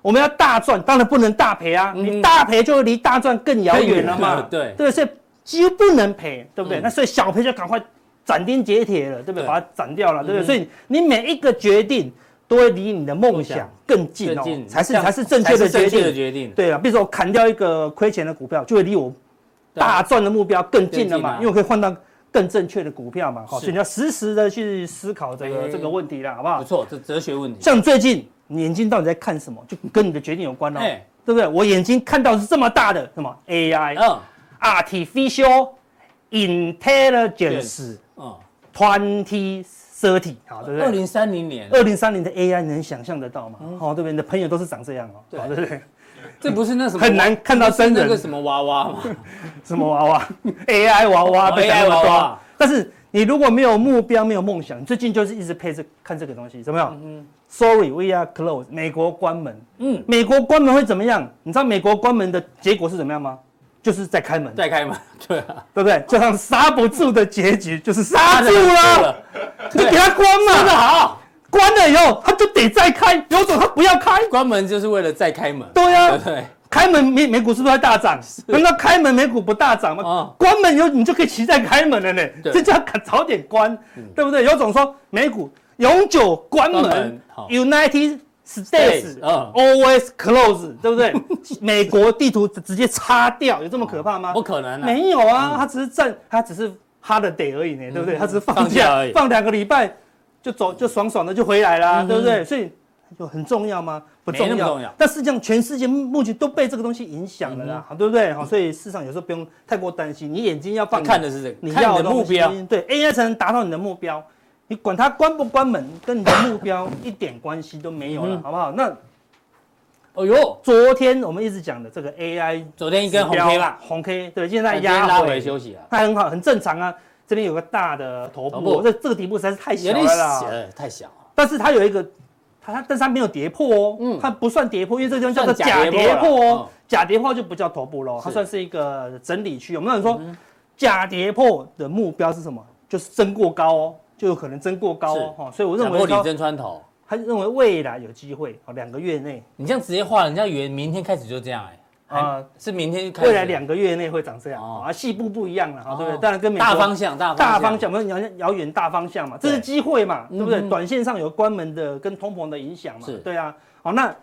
Speaker 4: 我们要大赚，当然不能大赔啊！
Speaker 2: 嗯
Speaker 4: 你大赔就离大赚更遥远了嘛。 [laughs]
Speaker 2: 更远 [laughs] 对
Speaker 4: 对，所以几乎不能赔，对不对？
Speaker 2: 嗯
Speaker 4: 那所以小赔就赶快斩钉截铁了，对不对？
Speaker 2: 对嗯
Speaker 4: 把它斩掉了，对不对？所以你每一个决定都会离你的梦
Speaker 2: 梦想
Speaker 4: 想更近
Speaker 2: 更，
Speaker 4: 哦
Speaker 2: 近
Speaker 4: 才是
Speaker 2: 这样
Speaker 4: 才是正确
Speaker 2: 才
Speaker 4: 的决
Speaker 2: 是正确的
Speaker 4: 定。
Speaker 2: 决定。
Speaker 4: 对啊，比如说我砍掉一个亏钱的股票，就会离我
Speaker 2: 对啊
Speaker 4: 大赚的目标更近了嘛
Speaker 2: 更近啊，
Speaker 4: 因为我可以换到更正确的股票嘛。好，
Speaker 2: 是
Speaker 4: 所以你要时时的去思考这
Speaker 2: 哎
Speaker 4: 个这个问题啦，好不
Speaker 2: 不
Speaker 4: 好？
Speaker 2: 错，这哲学问题。
Speaker 4: 像最近你眼睛到底在看什么，就跟你的决定有关哦，
Speaker 2: 哎
Speaker 4: 对不对？我眼睛看到是这么大的什么 AI，
Speaker 2: 嗯
Speaker 4: artificial intelligence
Speaker 2: 嗯，
Speaker 4: twenty thirty，好，对不
Speaker 2: 二
Speaker 4: 对？
Speaker 2: 零三零年，
Speaker 4: 二零三零的 AI 你能想象得到吗？哦，对不对？你的朋友都是长这样哦，
Speaker 2: 对
Speaker 4: 哦对不对？ [laughs]
Speaker 2: 这不是那什么
Speaker 4: 很难看到真
Speaker 2: 那个
Speaker 4: 人，
Speaker 2: 什么娃娃
Speaker 4: [laughs]
Speaker 2: 嘛？
Speaker 4: 什么娃娃 AI 娃娃
Speaker 2: 哦
Speaker 4: 被想
Speaker 2: AI
Speaker 4: 那么
Speaker 2: 娃娃
Speaker 4: 多，但是你如果没有目标、没有梦想，你最近就是一直配这看这个东西，怎么样？Sorry, we are closed。美国关门，
Speaker 2: 嗯，
Speaker 4: 美国关门会怎么样？你知道美国关门的结果是怎么样吗？就是在开门。
Speaker 2: 再开嘛？对啊，
Speaker 4: 对不对？就像刹不住的结局，就是刹住了，你给他关嘛，
Speaker 2: 真的好，
Speaker 4: 关了以后他就得再开，有种他不要开。
Speaker 2: 关门就是为了再开门。
Speaker 4: 对呀、
Speaker 2: 对不
Speaker 4: 啊，
Speaker 2: 对，
Speaker 4: 开门美美股是不是在哦大涨？难道开门美股不大涨吗？
Speaker 2: 啊
Speaker 4: 关门以后你就可以期待开门了呢，
Speaker 2: 对
Speaker 4: 这叫赶早点关，对不对？有种说美股永久嗯关门
Speaker 2: 关门好
Speaker 4: u n i t e d States
Speaker 2: 嗯
Speaker 4: always close，对不 [laughs] 对？美国地图直接擦掉，有这么可怕吗？
Speaker 2: 不可能啊！
Speaker 4: 没有啊，他只是占，他只是 holiday 而已呢，对不对？他只是
Speaker 2: 嗯放
Speaker 4: 放
Speaker 2: 假
Speaker 4: 假
Speaker 2: 而已嗯
Speaker 4: 放两个礼拜就走，就爽爽的就回来啦，对不对？所以有很重要吗？不
Speaker 2: 没那
Speaker 4: 重
Speaker 2: 么
Speaker 4: 要。
Speaker 2: 重要嗯
Speaker 4: 但实际上，全世界目前都被这个东西影响了啦，对不对？好，所以市场有时候不用太过担心，你眼睛要
Speaker 2: 他
Speaker 4: 放
Speaker 2: 看的是这个，
Speaker 4: 你
Speaker 2: 看
Speaker 4: 要
Speaker 2: 你的目标
Speaker 4: 东。西，对 AI 才能达到你的目标。你管它关不关门，跟你的目标一点关系都没有了，
Speaker 2: 嗯
Speaker 4: 好不好？那
Speaker 2: 哦呦，
Speaker 4: 昨天我们一直讲的这个 AI
Speaker 2: 昨天一根红 K 吧，
Speaker 4: 红 K 对，现在
Speaker 2: 今天
Speaker 4: 压
Speaker 2: 拉回休息了，
Speaker 4: 它很好，很正常啊。这边有个大的头
Speaker 2: 头
Speaker 4: 部，
Speaker 2: 部
Speaker 4: 这这个底部实在是太小
Speaker 2: 有
Speaker 4: 了
Speaker 2: 点小
Speaker 4: 啦。，
Speaker 2: 太小了。
Speaker 4: 但是它有一个，它它但是它没有跌破哦，它不算跌破，因为这个地方叫做
Speaker 2: 算嗯假
Speaker 4: 假
Speaker 2: 跌
Speaker 4: 跌
Speaker 2: 破啦
Speaker 4: 破
Speaker 2: 嗯，
Speaker 4: 哦假跌破就不叫头部喽，它
Speaker 2: 是嗯
Speaker 4: 算是一个整理区。我们有人说假跌破的目标是什么？就是增过高哦，就有可能增过高哦。哦所以我
Speaker 2: 讲
Speaker 4: 认
Speaker 2: 过
Speaker 4: 为
Speaker 2: 李
Speaker 4: 说，
Speaker 2: 真穿头，
Speaker 4: 他认为未来有机会哦，两个月内
Speaker 2: 你这样直接画，人家以为明天开始就这样哎，
Speaker 4: 啊
Speaker 2: 啊，是明天就开始。
Speaker 4: 未来两个月内会长这样
Speaker 2: 哦
Speaker 4: 啊，细部不一样了，
Speaker 2: 哦
Speaker 4: 啊对不对？当然跟美国
Speaker 2: 大方向，大
Speaker 4: 大方向，我们讲遥远大方向嘛，这是
Speaker 2: 对
Speaker 4: 机会嘛，对不对？
Speaker 2: 嗯哼
Speaker 4: 短线上有关门的跟通膨的影响嘛
Speaker 2: 是，
Speaker 4: 对啊。好，那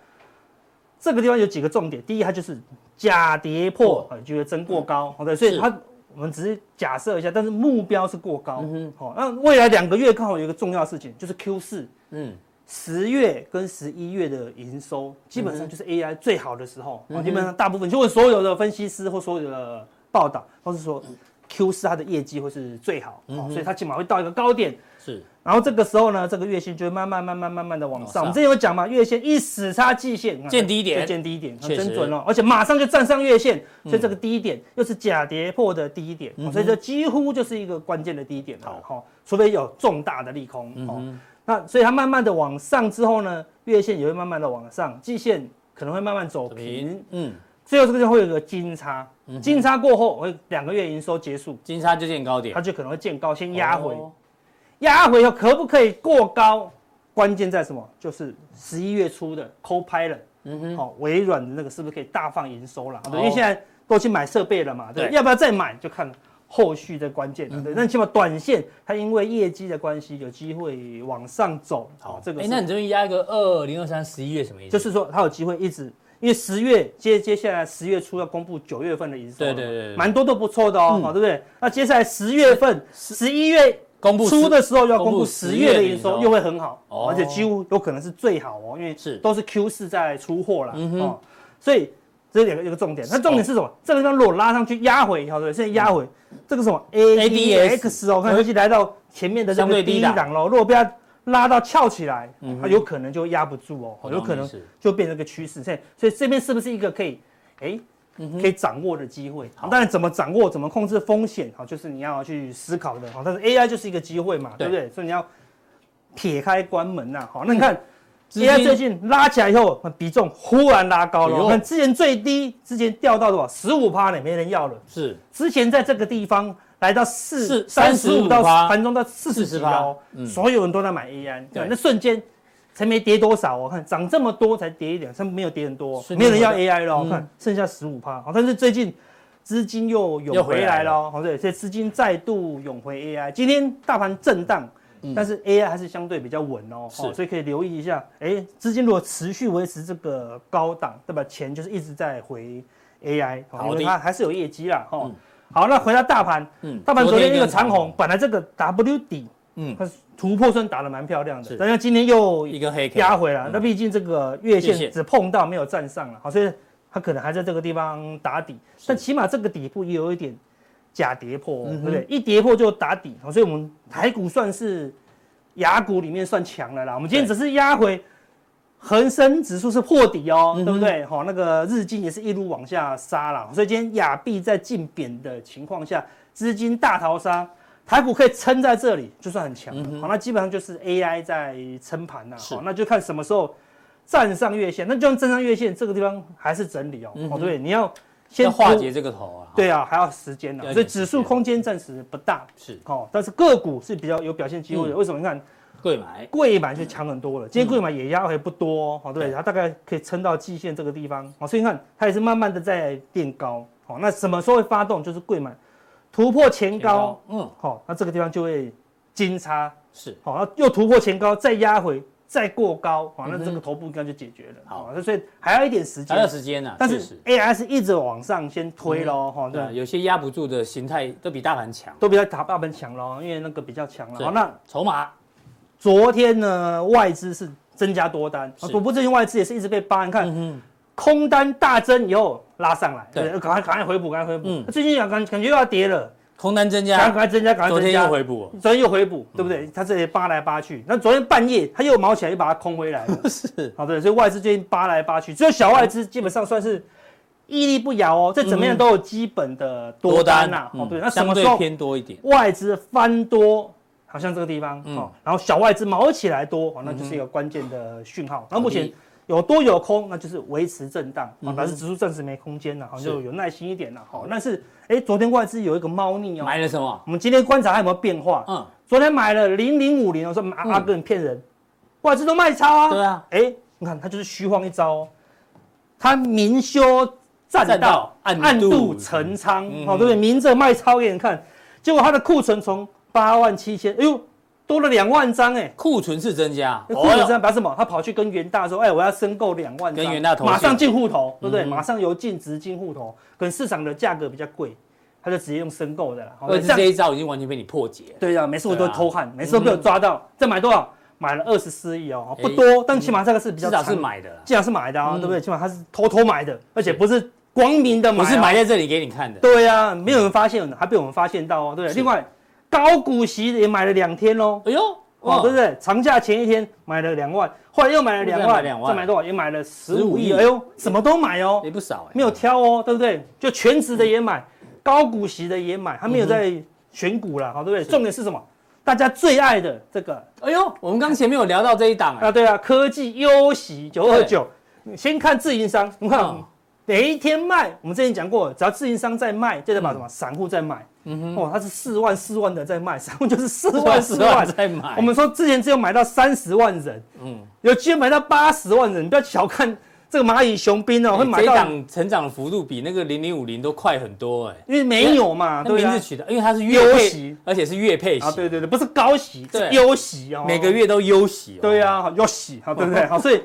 Speaker 4: 这个地方有几个重点，第一，它就是假跌破，啊觉得真过高，好的，所以
Speaker 2: 嗯是
Speaker 4: 它我们只是假设一下，但是目标是过高
Speaker 2: 嗯哼，
Speaker 4: 好，那未来两个月刚好有一个重要事情，就是 Q 四。
Speaker 2: 嗯，
Speaker 4: 十月跟十一月的营收，基
Speaker 2: 嗯
Speaker 4: 本上就是 AI 最好的时候。哦基本上大部分，就问所有的分析师或所有的报道，都是
Speaker 2: 嗯
Speaker 4: 说 Q 四它的业绩会是最好，哦所以它起码会到一个高点。
Speaker 2: 是
Speaker 4: 然后这个时候呢，这个月线就会慢慢慢慢慢慢的往
Speaker 2: 往上
Speaker 4: 上。我们之前有讲嘛，月线一死叉季线，
Speaker 2: 哦啊见低点
Speaker 4: 就见低点，
Speaker 2: 确实嗯
Speaker 4: 真准哦，而且马上就站上月线，所以这个低点又是假跌破的低点，哦所以这几乎就是一个关键的低点了。好，除非有重大的利空
Speaker 2: 嗯
Speaker 4: 哦。那所以它慢慢的往上之后呢，月线也会慢慢的往上，季线可能会慢慢走平
Speaker 2: 平，，嗯，
Speaker 4: 最后这个地方会有一个金叉，金叉过后，会两个月营收结束，
Speaker 2: 金沙就见高点
Speaker 4: 它，就可能会见高，先压回。
Speaker 2: 哦
Speaker 4: 压回后可不可以过高？关键在什么？就是十一月初的 Copilot，嗯哼，好、微软的那个是不是可以大放营收了？对不对，因为现在都去买设备了嘛，对不对，
Speaker 2: 对
Speaker 4: 要不要再买就看后续的关键了。对，但起码短线它因为业绩的关系，有机会往上走。
Speaker 2: 好
Speaker 4: 好，，这个
Speaker 2: 哎，
Speaker 4: 是
Speaker 2: 那你这边压一个二零二三十一月什么意思？
Speaker 4: 就是说它有机会一直，因为十月接接下来十月初要公布九月份的营收了嘛，哦
Speaker 2: 对对对对嗯
Speaker 4: 蛮多都不错的哦，好对不对？那接下来十月份、十一月
Speaker 2: 公布
Speaker 4: 出
Speaker 2: 十
Speaker 4: 的时候要公
Speaker 2: 公布
Speaker 4: 布
Speaker 2: 十
Speaker 4: 十月的
Speaker 2: 月的营
Speaker 4: 营收
Speaker 2: 收
Speaker 4: 又会很好，
Speaker 2: 哦
Speaker 4: 而且几乎有可能是最好哦，因为
Speaker 2: 是
Speaker 4: 都是 Q 四在出货啦，
Speaker 2: 嗯哼哦
Speaker 4: 哦，所以这两个一个重点。那重点是什么？这个地方如果拉上去压回以后，对不对，现在压回
Speaker 2: 嗯
Speaker 4: 这个什么 ADX 哦，看上去来到前面的这
Speaker 2: 相对
Speaker 4: 个
Speaker 2: 低
Speaker 4: 低
Speaker 2: 档
Speaker 4: 档喽，如果被它拉到翘起来
Speaker 2: 嗯哼，
Speaker 4: 它有可能就压不住哦，
Speaker 2: 我
Speaker 4: 哦
Speaker 2: 懂
Speaker 4: 有可
Speaker 2: 意
Speaker 4: 能
Speaker 2: 思
Speaker 4: 就变成一个趋势。所以所以这边是不是一个可以，哎？
Speaker 2: 嗯
Speaker 4: 可以掌握的机会。好，当然怎么掌握、怎么控制风险，好，就是你要去思考的。好，但是 AI 就是一个机会嘛，
Speaker 2: 对
Speaker 4: 对不对？所以你要撇开关门呐、好，那你看、
Speaker 2: 嗯资金
Speaker 4: AI 最近拉起来以后，比重忽然拉高
Speaker 2: 哎
Speaker 4: 了。
Speaker 2: 呦
Speaker 4: 我们之前最低，之前掉到多少？十五趴呢，没人要了。
Speaker 2: 是
Speaker 4: 之前在这个地方来到
Speaker 2: 是
Speaker 4: 四三十五到
Speaker 2: 35%
Speaker 4: 盘中到四十几
Speaker 2: 40%
Speaker 4: 哦，
Speaker 2: 嗯
Speaker 4: 所有人都在买 AI，
Speaker 2: 对
Speaker 4: 那瞬间才没跌多少哦，看涨这么多才跌一点，它没有跌很多哦，
Speaker 2: 瞬
Speaker 4: 没
Speaker 2: 间
Speaker 4: 有人要 AI 了哦，
Speaker 2: 嗯
Speaker 4: 看剩下十五趴，好，哦但是最近资金又
Speaker 2: 又
Speaker 4: 涌
Speaker 2: 回
Speaker 4: 回
Speaker 2: 来
Speaker 4: 来了哦，好对，所以资金再度涌回 AI，今天大盘震荡。但是 AI 还是相对比较稳哦，
Speaker 2: 是
Speaker 4: 哦所以可以留意一下。哎，资金如果持续维持这个高档，对吧？钱就是一直在回 AI，哦
Speaker 2: 好的
Speaker 4: 因为它还是有业绩啦，哦
Speaker 2: 嗯。
Speaker 4: 好，那回到大盘，
Speaker 2: 嗯
Speaker 4: 大盘昨天那个
Speaker 2: 跟
Speaker 4: 长虹，本来这个 W 底，
Speaker 2: 嗯
Speaker 4: 嗯，它突破算打得蛮漂亮
Speaker 2: 是
Speaker 4: 的，但是今天又
Speaker 2: 一根黑 K
Speaker 4: 压回来，那毕竟这个月
Speaker 2: 月线
Speaker 4: 线只碰到没有站上了，好，所以它可能还在这个地方打底，但起码这个底部也有一点假跌破哦，
Speaker 2: 嗯
Speaker 4: 对不对？一跌破就打底，好所以我们台股算是雅股里面算强了啦，我们今天
Speaker 2: 对
Speaker 4: 只是压回。恒生指数是破底哦，
Speaker 2: 嗯哼
Speaker 4: 对不对？好、那个日经也是一路往下杀了，所以今天亚币在竞贬的情况下，资金大逃杀，台股可以撑在这里，就算很强了。好、那基本上就是 AI 在撑盘呐、
Speaker 2: 嗯是
Speaker 4: 好、那就看什么时候站上月线。那就算站上月线，这个地方还是整理哦。
Speaker 2: 嗯哼
Speaker 4: 哦，对，你要
Speaker 2: 要
Speaker 4: 先
Speaker 2: 化解这个头啊，，
Speaker 4: 对啊，还要时间呢、
Speaker 2: 要一点
Speaker 4: 所以指
Speaker 2: 时
Speaker 4: 数
Speaker 2: 间
Speaker 4: 空间暂时不大。
Speaker 2: 是
Speaker 4: 哦，但是个股是比较有表现机
Speaker 2: 嗯
Speaker 4: 会的。为什么？你看
Speaker 2: 贵买，
Speaker 4: 贵买就强很多了，今天贵买也压回不多、哦，好、
Speaker 2: 嗯
Speaker 4: 对，
Speaker 2: 对
Speaker 4: 它大概可以撑到季线这个地方，哦好、所以你看它也是慢慢的在垫高，好、那什么时候会发动？就是贵买突破前高，，
Speaker 2: 嗯，
Speaker 4: 好、那这个地方就会金叉，
Speaker 2: 是
Speaker 4: 好、那又突破前高，再压回，再过高，好、
Speaker 2: 嗯哼
Speaker 4: 那这个头部应该就解决了，
Speaker 2: 好
Speaker 4: 那所以还要一点时
Speaker 2: 还要
Speaker 4: 间，
Speaker 2: 时间呐，啊
Speaker 4: 但
Speaker 2: 确
Speaker 4: 是
Speaker 2: 实
Speaker 4: AI 是一直往上先推喽，哈、
Speaker 2: 对啊，
Speaker 4: 对，
Speaker 2: 有些压不住的形态都比大盘强，
Speaker 4: 都比较打大盘强喽，因为那个比较强了，
Speaker 2: 对
Speaker 4: 好、那
Speaker 2: 筹码
Speaker 4: 昨天呢，外资是增加多单，
Speaker 2: 是
Speaker 4: 啊不过最近外资也是一直被扒，你看、
Speaker 2: 嗯哼
Speaker 4: 空单大增以后拉上来，
Speaker 2: 对
Speaker 4: 对，赶快赶快回补，赶快回补。
Speaker 2: 嗯
Speaker 4: 最近啊感感感觉又要跌了，
Speaker 2: 空单增加
Speaker 4: 赶快赶，快增加，赶快
Speaker 2: 昨
Speaker 4: 增
Speaker 2: 天
Speaker 4: 加
Speaker 2: 又。回补
Speaker 4: 昨天又回
Speaker 2: 嗯
Speaker 4: 补，对不对？它这里扒来扒去，那昨天半夜它又毛起来，又把它空回来了。
Speaker 2: [laughs] 哦，是
Speaker 4: 好，对，所以外资最近扒来扒去，只有小外资基本上算是屹立不摇哦，这怎么样都有基本的多单呐、哦，
Speaker 2: 嗯
Speaker 4: 对，那什
Speaker 2: 相
Speaker 4: 么时
Speaker 2: 对
Speaker 4: 候
Speaker 2: 偏多一点，
Speaker 4: 外资翻多，好像这个地方、
Speaker 2: 嗯
Speaker 4: 哦，然后小外资毛起来多，哦，那就是一个关键的讯号。那、目前
Speaker 2: 的
Speaker 4: 有多有空，那就是维持震荡，
Speaker 2: 嗯
Speaker 4: 啊，
Speaker 2: 哼
Speaker 4: 但是指数暂时没空间了，好
Speaker 2: 是
Speaker 4: 就有耐心一点了，好，但是哎，昨天外资有一个猫腻哦，
Speaker 2: 买了什么？
Speaker 4: 我们今天观察它有没有变化？
Speaker 2: 嗯，
Speaker 4: 昨天买了零零五零，我说阿
Speaker 2: 嗯
Speaker 4: 阿哥你骗人，外资都卖超啊，
Speaker 2: 对啊，
Speaker 4: 哎，你看他就是虚晃一招、哦，他明修栈
Speaker 2: 栈道
Speaker 4: 道，
Speaker 2: 暗
Speaker 4: 暗
Speaker 2: 度
Speaker 4: 度陈仓，
Speaker 2: 嗯
Speaker 4: 哦，对不对？明着卖超给你看，结果他的库存从八万七千，哎呦，多了两万张哎。
Speaker 2: 库存是增加，
Speaker 4: 那库存
Speaker 2: 哦
Speaker 4: 这样表示什么？他跑去跟元大说：“哎，我要申购两万张，
Speaker 2: 跟元大投信
Speaker 4: 马上进户头，对不对？
Speaker 2: 嗯
Speaker 4: 马上由净值进户头，可能市场的价格比较贵，他就直接用申购的了。好
Speaker 2: 哟二字
Speaker 4: 那哦这样
Speaker 2: 这一招已经完全被你破解了，
Speaker 4: 对呀、每次我都
Speaker 2: 对啊
Speaker 4: 偷看，每次都被我抓到。再买多少？买了二十四亿哦，不
Speaker 2: 哎
Speaker 4: 多，但起码这个是比较
Speaker 2: 至少
Speaker 4: 长
Speaker 2: 是买的啦，
Speaker 4: 既然是买的啊，
Speaker 2: 嗯
Speaker 4: 对不对？起码他是偷偷买的，而且不是光明的买、
Speaker 2: 不
Speaker 4: 啊，
Speaker 2: 是买。在这里给你看的，
Speaker 4: 对啊，没有人发现，还被我们发现到哦，对不对？另外，高股息也买了两天喽，
Speaker 2: 哎呦，
Speaker 4: 哦，对不
Speaker 2: 对？
Speaker 4: 对？长假前一天买了两万，后来又买了两
Speaker 2: 又再买
Speaker 4: 万，
Speaker 2: 两万
Speaker 4: 再买多少？也买了十五
Speaker 2: 15亿
Speaker 4: 亿。哎呦，什么都买哦
Speaker 2: 也，不少哎，
Speaker 4: 没有挑哦，对不对？就全值的也买，高股息的也买，他
Speaker 2: 嗯
Speaker 4: 没有在选股啦，好，对不对？重点是什么？大家最爱的这个
Speaker 2: 哎呦，我们刚前面有聊到这一档
Speaker 4: 啊，
Speaker 2: 哎，
Speaker 4: 对啊，科技优息九二九，你先看自营商，你看
Speaker 2: 嗯
Speaker 4: 每一天卖，我们之前讲过，只要自营商在卖，就代
Speaker 2: 嗯
Speaker 4: 表什么？散户在买。哦，它是四万四万的在卖，散户就是四万四万。
Speaker 2: 哎在买，
Speaker 4: 我们说之前只有买到三十万人，
Speaker 2: 嗯
Speaker 4: 嗯，有机会买到八十万人，你不要小看这个蚂蚁雄兵哦，
Speaker 2: 哎
Speaker 4: 会买
Speaker 2: 这一
Speaker 4: 到，
Speaker 2: 档成长的幅度比那个零零五零都快很多哎，
Speaker 4: 因为没有嘛，
Speaker 2: 那
Speaker 4: 对
Speaker 2: 名
Speaker 4: 啊
Speaker 2: 字，取的，因为它是月
Speaker 4: 优
Speaker 2: 配
Speaker 4: 息，
Speaker 2: 而且是月配
Speaker 4: 啊，
Speaker 2: 型，
Speaker 4: 对对对，不是高息，是
Speaker 2: 对
Speaker 4: 优息哦，啊
Speaker 2: 每个月都优息哦， [laughs]
Speaker 4: 对呀、啊，好要洗好，对不对？好，所以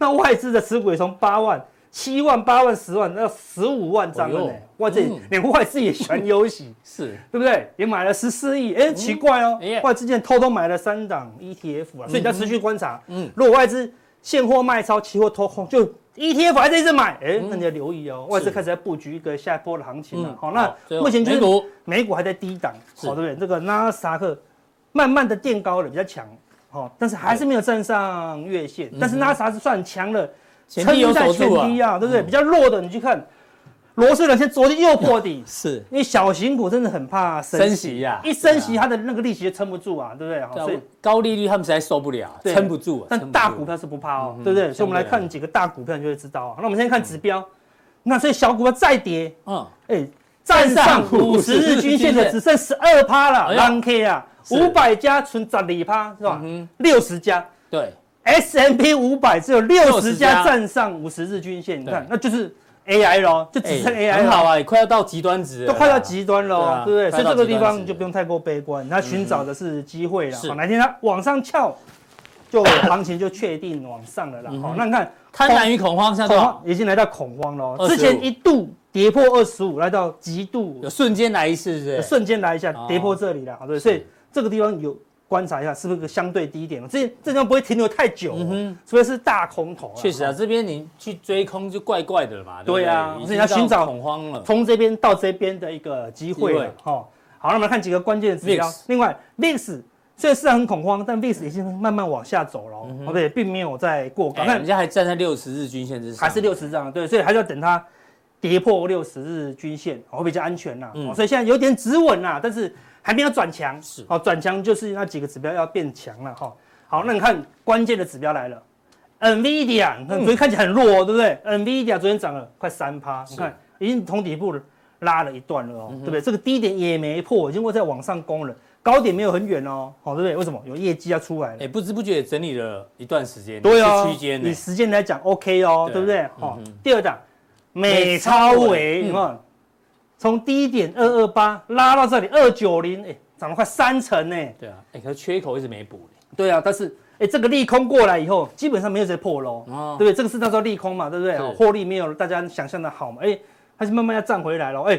Speaker 4: 那外资的持股也从八万七万、八万、十万，那十五万张了呢
Speaker 2: 哎呦！
Speaker 4: 哇，这
Speaker 2: 嗯
Speaker 4: 连外资也喜欢
Speaker 2: [laughs]
Speaker 4: 忧喜，
Speaker 2: 是
Speaker 4: 对不对？也买了十四亿，哎，奇怪哦
Speaker 2: 哎呀，
Speaker 4: 外资竟然偷偷买了三档 ETF 啊，所以你要持续观察。
Speaker 2: 嗯
Speaker 4: 嗯，如果外资现货卖超、期货偷空，就 ETF 还在一直买，哎，
Speaker 2: 嗯
Speaker 4: 那你要留意哦，外资开始在布局一个下一波的行情了。好，那
Speaker 2: 最后
Speaker 4: 目前就是
Speaker 2: 美股
Speaker 4: 美股还在低档，
Speaker 2: 是
Speaker 4: 好，对不对？这个纳斯达克慢慢的垫高了，比较强，好，但是还是没有站上月线，但是纳斯达克是算强了。
Speaker 2: 嗯前低有守住
Speaker 4: 撑在前低
Speaker 2: 啊，，
Speaker 4: 啊，对不对？比较弱的你去看，罗氏两千昨天又破底
Speaker 2: [laughs] 是
Speaker 4: 因为小型股真的很怕
Speaker 2: 升
Speaker 4: 升息，
Speaker 2: 息呀，
Speaker 4: 一升息它的那个利息就撑不住啊，对不对？好
Speaker 2: 对啊
Speaker 4: 所以
Speaker 2: 高利率他们实在受不了，
Speaker 4: 对
Speaker 2: 撑不住啊。撑不
Speaker 4: 但大
Speaker 2: 住
Speaker 4: 股票是不怕哦，对不对？所以我们来
Speaker 2: 相对啊
Speaker 4: 看几个大股票，你就会知道啊。那我们先看指标，那所以小股票再跌，
Speaker 2: 嗯，
Speaker 4: 哎，站上五十日均线的只剩十二趴了
Speaker 2: 哎呀
Speaker 4: ，Long K 啊，
Speaker 2: 是嗯
Speaker 4: 五百家存十二趴是吧？六十家。
Speaker 2: 对，
Speaker 4: S M P 五百只有六
Speaker 2: 60
Speaker 4: 十
Speaker 2: 家
Speaker 4: 家站上五十日均线，你看
Speaker 2: 对，
Speaker 4: 那就是 A I 咯，就只剩 A
Speaker 2: 哎
Speaker 4: I
Speaker 2: 很好
Speaker 4: 啊，
Speaker 2: 啊，也快要到极端值了啦，
Speaker 4: 都快到极端
Speaker 2: 对啊
Speaker 4: 咯，对不对？所
Speaker 2: 快
Speaker 4: 以
Speaker 2: 到
Speaker 4: 这个地
Speaker 2: 极端值
Speaker 4: 方你就不用太过悲观，那寻找的是机会啦。
Speaker 2: 是
Speaker 4: 好哪天它往上翘，就行情就确定往上了啦。
Speaker 2: 嗯
Speaker 4: 好，那你看
Speaker 2: 贪婪与恐慌，像这
Speaker 4: 恐
Speaker 2: 种
Speaker 4: 慌已经来到恐慌咯，
Speaker 2: 25
Speaker 4: 之前一度跌破二十五，来到极度
Speaker 2: 有瞬间来一次，是不是？
Speaker 4: 瞬间来一下
Speaker 2: 哦
Speaker 4: 跌破这里了，好对不对，所以这个地方有观察一下，是不是个相对低点？这这地方不会停留太久哦，除非是大空头啦。
Speaker 2: 嗯确实啊，这边你去追空就怪怪的了嘛。
Speaker 4: 对啊
Speaker 2: 不
Speaker 4: 所以
Speaker 2: 对已经
Speaker 4: 要寻
Speaker 2: 到
Speaker 4: 找
Speaker 2: 恐慌了。
Speaker 4: 从这边到这边的一个机会
Speaker 2: 机会
Speaker 4: 了。哦，好，那我们来看几个关键的指标
Speaker 2: VIX。
Speaker 4: 另外，VIX 虽然市场很恐慌，但 VIX 已经慢慢往下走了哦，哦对，并没有再过高，
Speaker 2: 嗯哎
Speaker 4: 那
Speaker 2: 人家还站在六十日均线之上，
Speaker 4: 还是六十张，对，所以还是要等它跌破六十日均线哦会比较安全啦。
Speaker 2: 嗯
Speaker 4: 哦所以现在有点止稳啦，但是还没有转强。
Speaker 2: 是
Speaker 4: 哦，转强就是那几个指标要变强了哈。好，那你看关键的指标来了。NVIDIA，你看昨
Speaker 2: 嗯
Speaker 4: 天看起来很弱、哦，对不对？NVIDIA 昨天涨了快三趴，你看已经从底部拉了一段了
Speaker 2: 嗯
Speaker 4: 哦，对不对？这个低点也没破，已经会在往上攻了，高点没有很远哦，好、对不对？为什么？有业绩要出来了
Speaker 2: 哎，。不知不觉也整理了一段时间，
Speaker 4: 对哦，
Speaker 2: 是区间呢
Speaker 4: 以。时间来讲，OK 哦，
Speaker 2: 对
Speaker 4: 对不对？好，第二档美超
Speaker 2: 美
Speaker 4: 嗯维，
Speaker 2: 超微
Speaker 4: 你看从低点二二八拉到这里二九零，哎，涨了快三成呢。
Speaker 2: 对啊，哎，可是缺口一直没补呢。
Speaker 4: 对啊，但是哎，这个利空过来以后，基本上没有谁破喽，
Speaker 2: 哦
Speaker 4: 对不对？这个是那时候利空嘛，对不对？
Speaker 2: 是
Speaker 4: 哦获利没有大家想象的好嘛，哎，它是慢慢要站回来了，哎，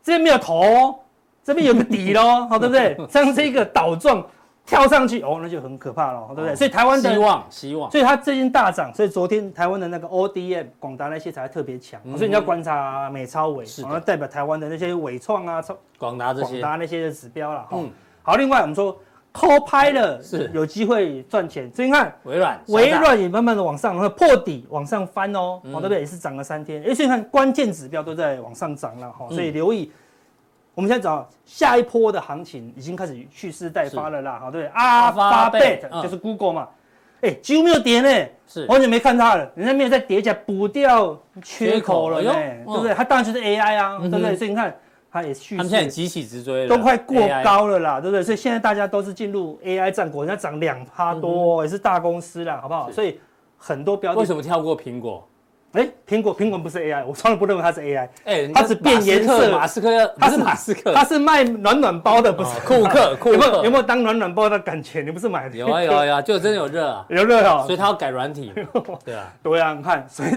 Speaker 4: 这边没有头哦，这边有个底喽，好，对不 [laughs] 对？像这个倒状跳上去，哦，那就很可怕了，对不对？所以台湾的
Speaker 2: 希望，希望
Speaker 4: 所以它最近大涨，所以昨天台湾的那个 ODM 广达那些才特别强，所以你要观察美超伟，
Speaker 2: 嗯是的
Speaker 4: 然后代表台湾的那些伟创啊、超
Speaker 2: 广达这
Speaker 4: 广
Speaker 2: 些
Speaker 4: 达那些的指标啦。
Speaker 2: 嗯
Speaker 4: 嗯，好，另外我们说 Copilot
Speaker 2: 是啊
Speaker 4: 有机会赚钱，所以你看
Speaker 2: 微软、
Speaker 4: 微
Speaker 2: 小
Speaker 4: 软也慢慢的往上，然后破底往上翻哦，
Speaker 2: 嗯
Speaker 4: 哦对不对？也是涨了三天，而且你看关键指标都在往上涨了哈，
Speaker 2: 嗯
Speaker 4: 哦所以留意。我们现在找下一波的行情已经开始蓄势待发了啦，好哦对不对
Speaker 2: ，Alphabet，嗯
Speaker 4: ？Alphabet 就是 Google 嘛，哎，几乎没有跌呢，
Speaker 2: 是
Speaker 4: 完全没看到了，人家没有再叠起来补掉缺口了
Speaker 2: 缺
Speaker 4: 呢，
Speaker 2: 口哎呦
Speaker 4: 对不对？它当然就是 AI 啊，对不对？所以你看它也蓄
Speaker 2: 嗯他们现在
Speaker 4: 势
Speaker 2: 也急起直追了，
Speaker 4: 都快过
Speaker 2: AI
Speaker 4: 高了啦，对不对？所以现在大家都是进入 AI 战国，人家涨两趴多、也是大公司啦，好不好？所以很多标的
Speaker 2: 嗯为什么跳过苹果？
Speaker 4: 哎，苹果苹果不是 AI，我从来不认为它是 AI，
Speaker 2: 哎，人家
Speaker 4: 它只变颜色
Speaker 2: 马斯克马斯克要，
Speaker 4: 它
Speaker 2: 不是马斯克，
Speaker 4: 它是卖暖暖包的，不是
Speaker 2: 哦？库
Speaker 4: [laughs]
Speaker 2: 克库
Speaker 4: 有没
Speaker 2: 克
Speaker 4: 有有没有当暖暖包的感觉？你不是买的？
Speaker 2: 有啊有啊有啊，就真的有热啊，
Speaker 4: [laughs] 有热哦
Speaker 2: 所以，他要改软
Speaker 4: [laughs]
Speaker 2: 体嘛，对啊，
Speaker 4: 对啊，你看，所以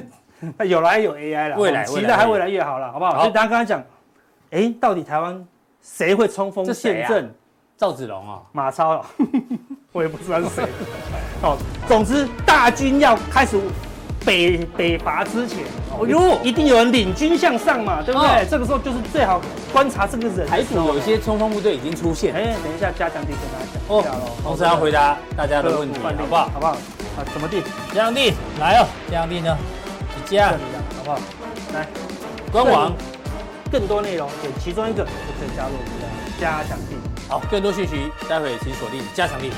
Speaker 4: 它有来有 AI 了，
Speaker 2: 未来
Speaker 4: 哦
Speaker 2: 未
Speaker 4: 期
Speaker 2: 来
Speaker 4: 待它未来越好了，好不好？
Speaker 2: 好
Speaker 4: 所以大家刚刚讲，哎，到底台湾谁会冲锋
Speaker 2: 这谁
Speaker 4: 陷
Speaker 2: 啊
Speaker 4: 阵？
Speaker 2: 赵子龙啊，
Speaker 4: 马超了， [laughs] 我也不知道是谁。 [laughs] 好，总之大军要开始北北伐之前，哦
Speaker 2: 哟
Speaker 4: 哟，一定有人领军向上嘛，对不对？
Speaker 2: 哎哦
Speaker 4: 这个时候就是最好观察这个人。
Speaker 2: 台股有些冲锋部队已经出现
Speaker 4: 哎，等一下加强地跟大家讲
Speaker 2: 哦
Speaker 4: 一下喽。，
Speaker 2: 同时要回答大家的问题，
Speaker 4: 惯例
Speaker 2: 好不好？
Speaker 4: 好不好？啊，怎么地？
Speaker 2: 嘉阳弟来哦，嘉阳弟呢？你
Speaker 4: 这
Speaker 2: 加
Speaker 4: 里啊，好不好？来，
Speaker 2: 官网
Speaker 4: 更多内容，点其中一个就可以加入我们的加强地。
Speaker 2: 好，更多讯息待会请锁定加强力。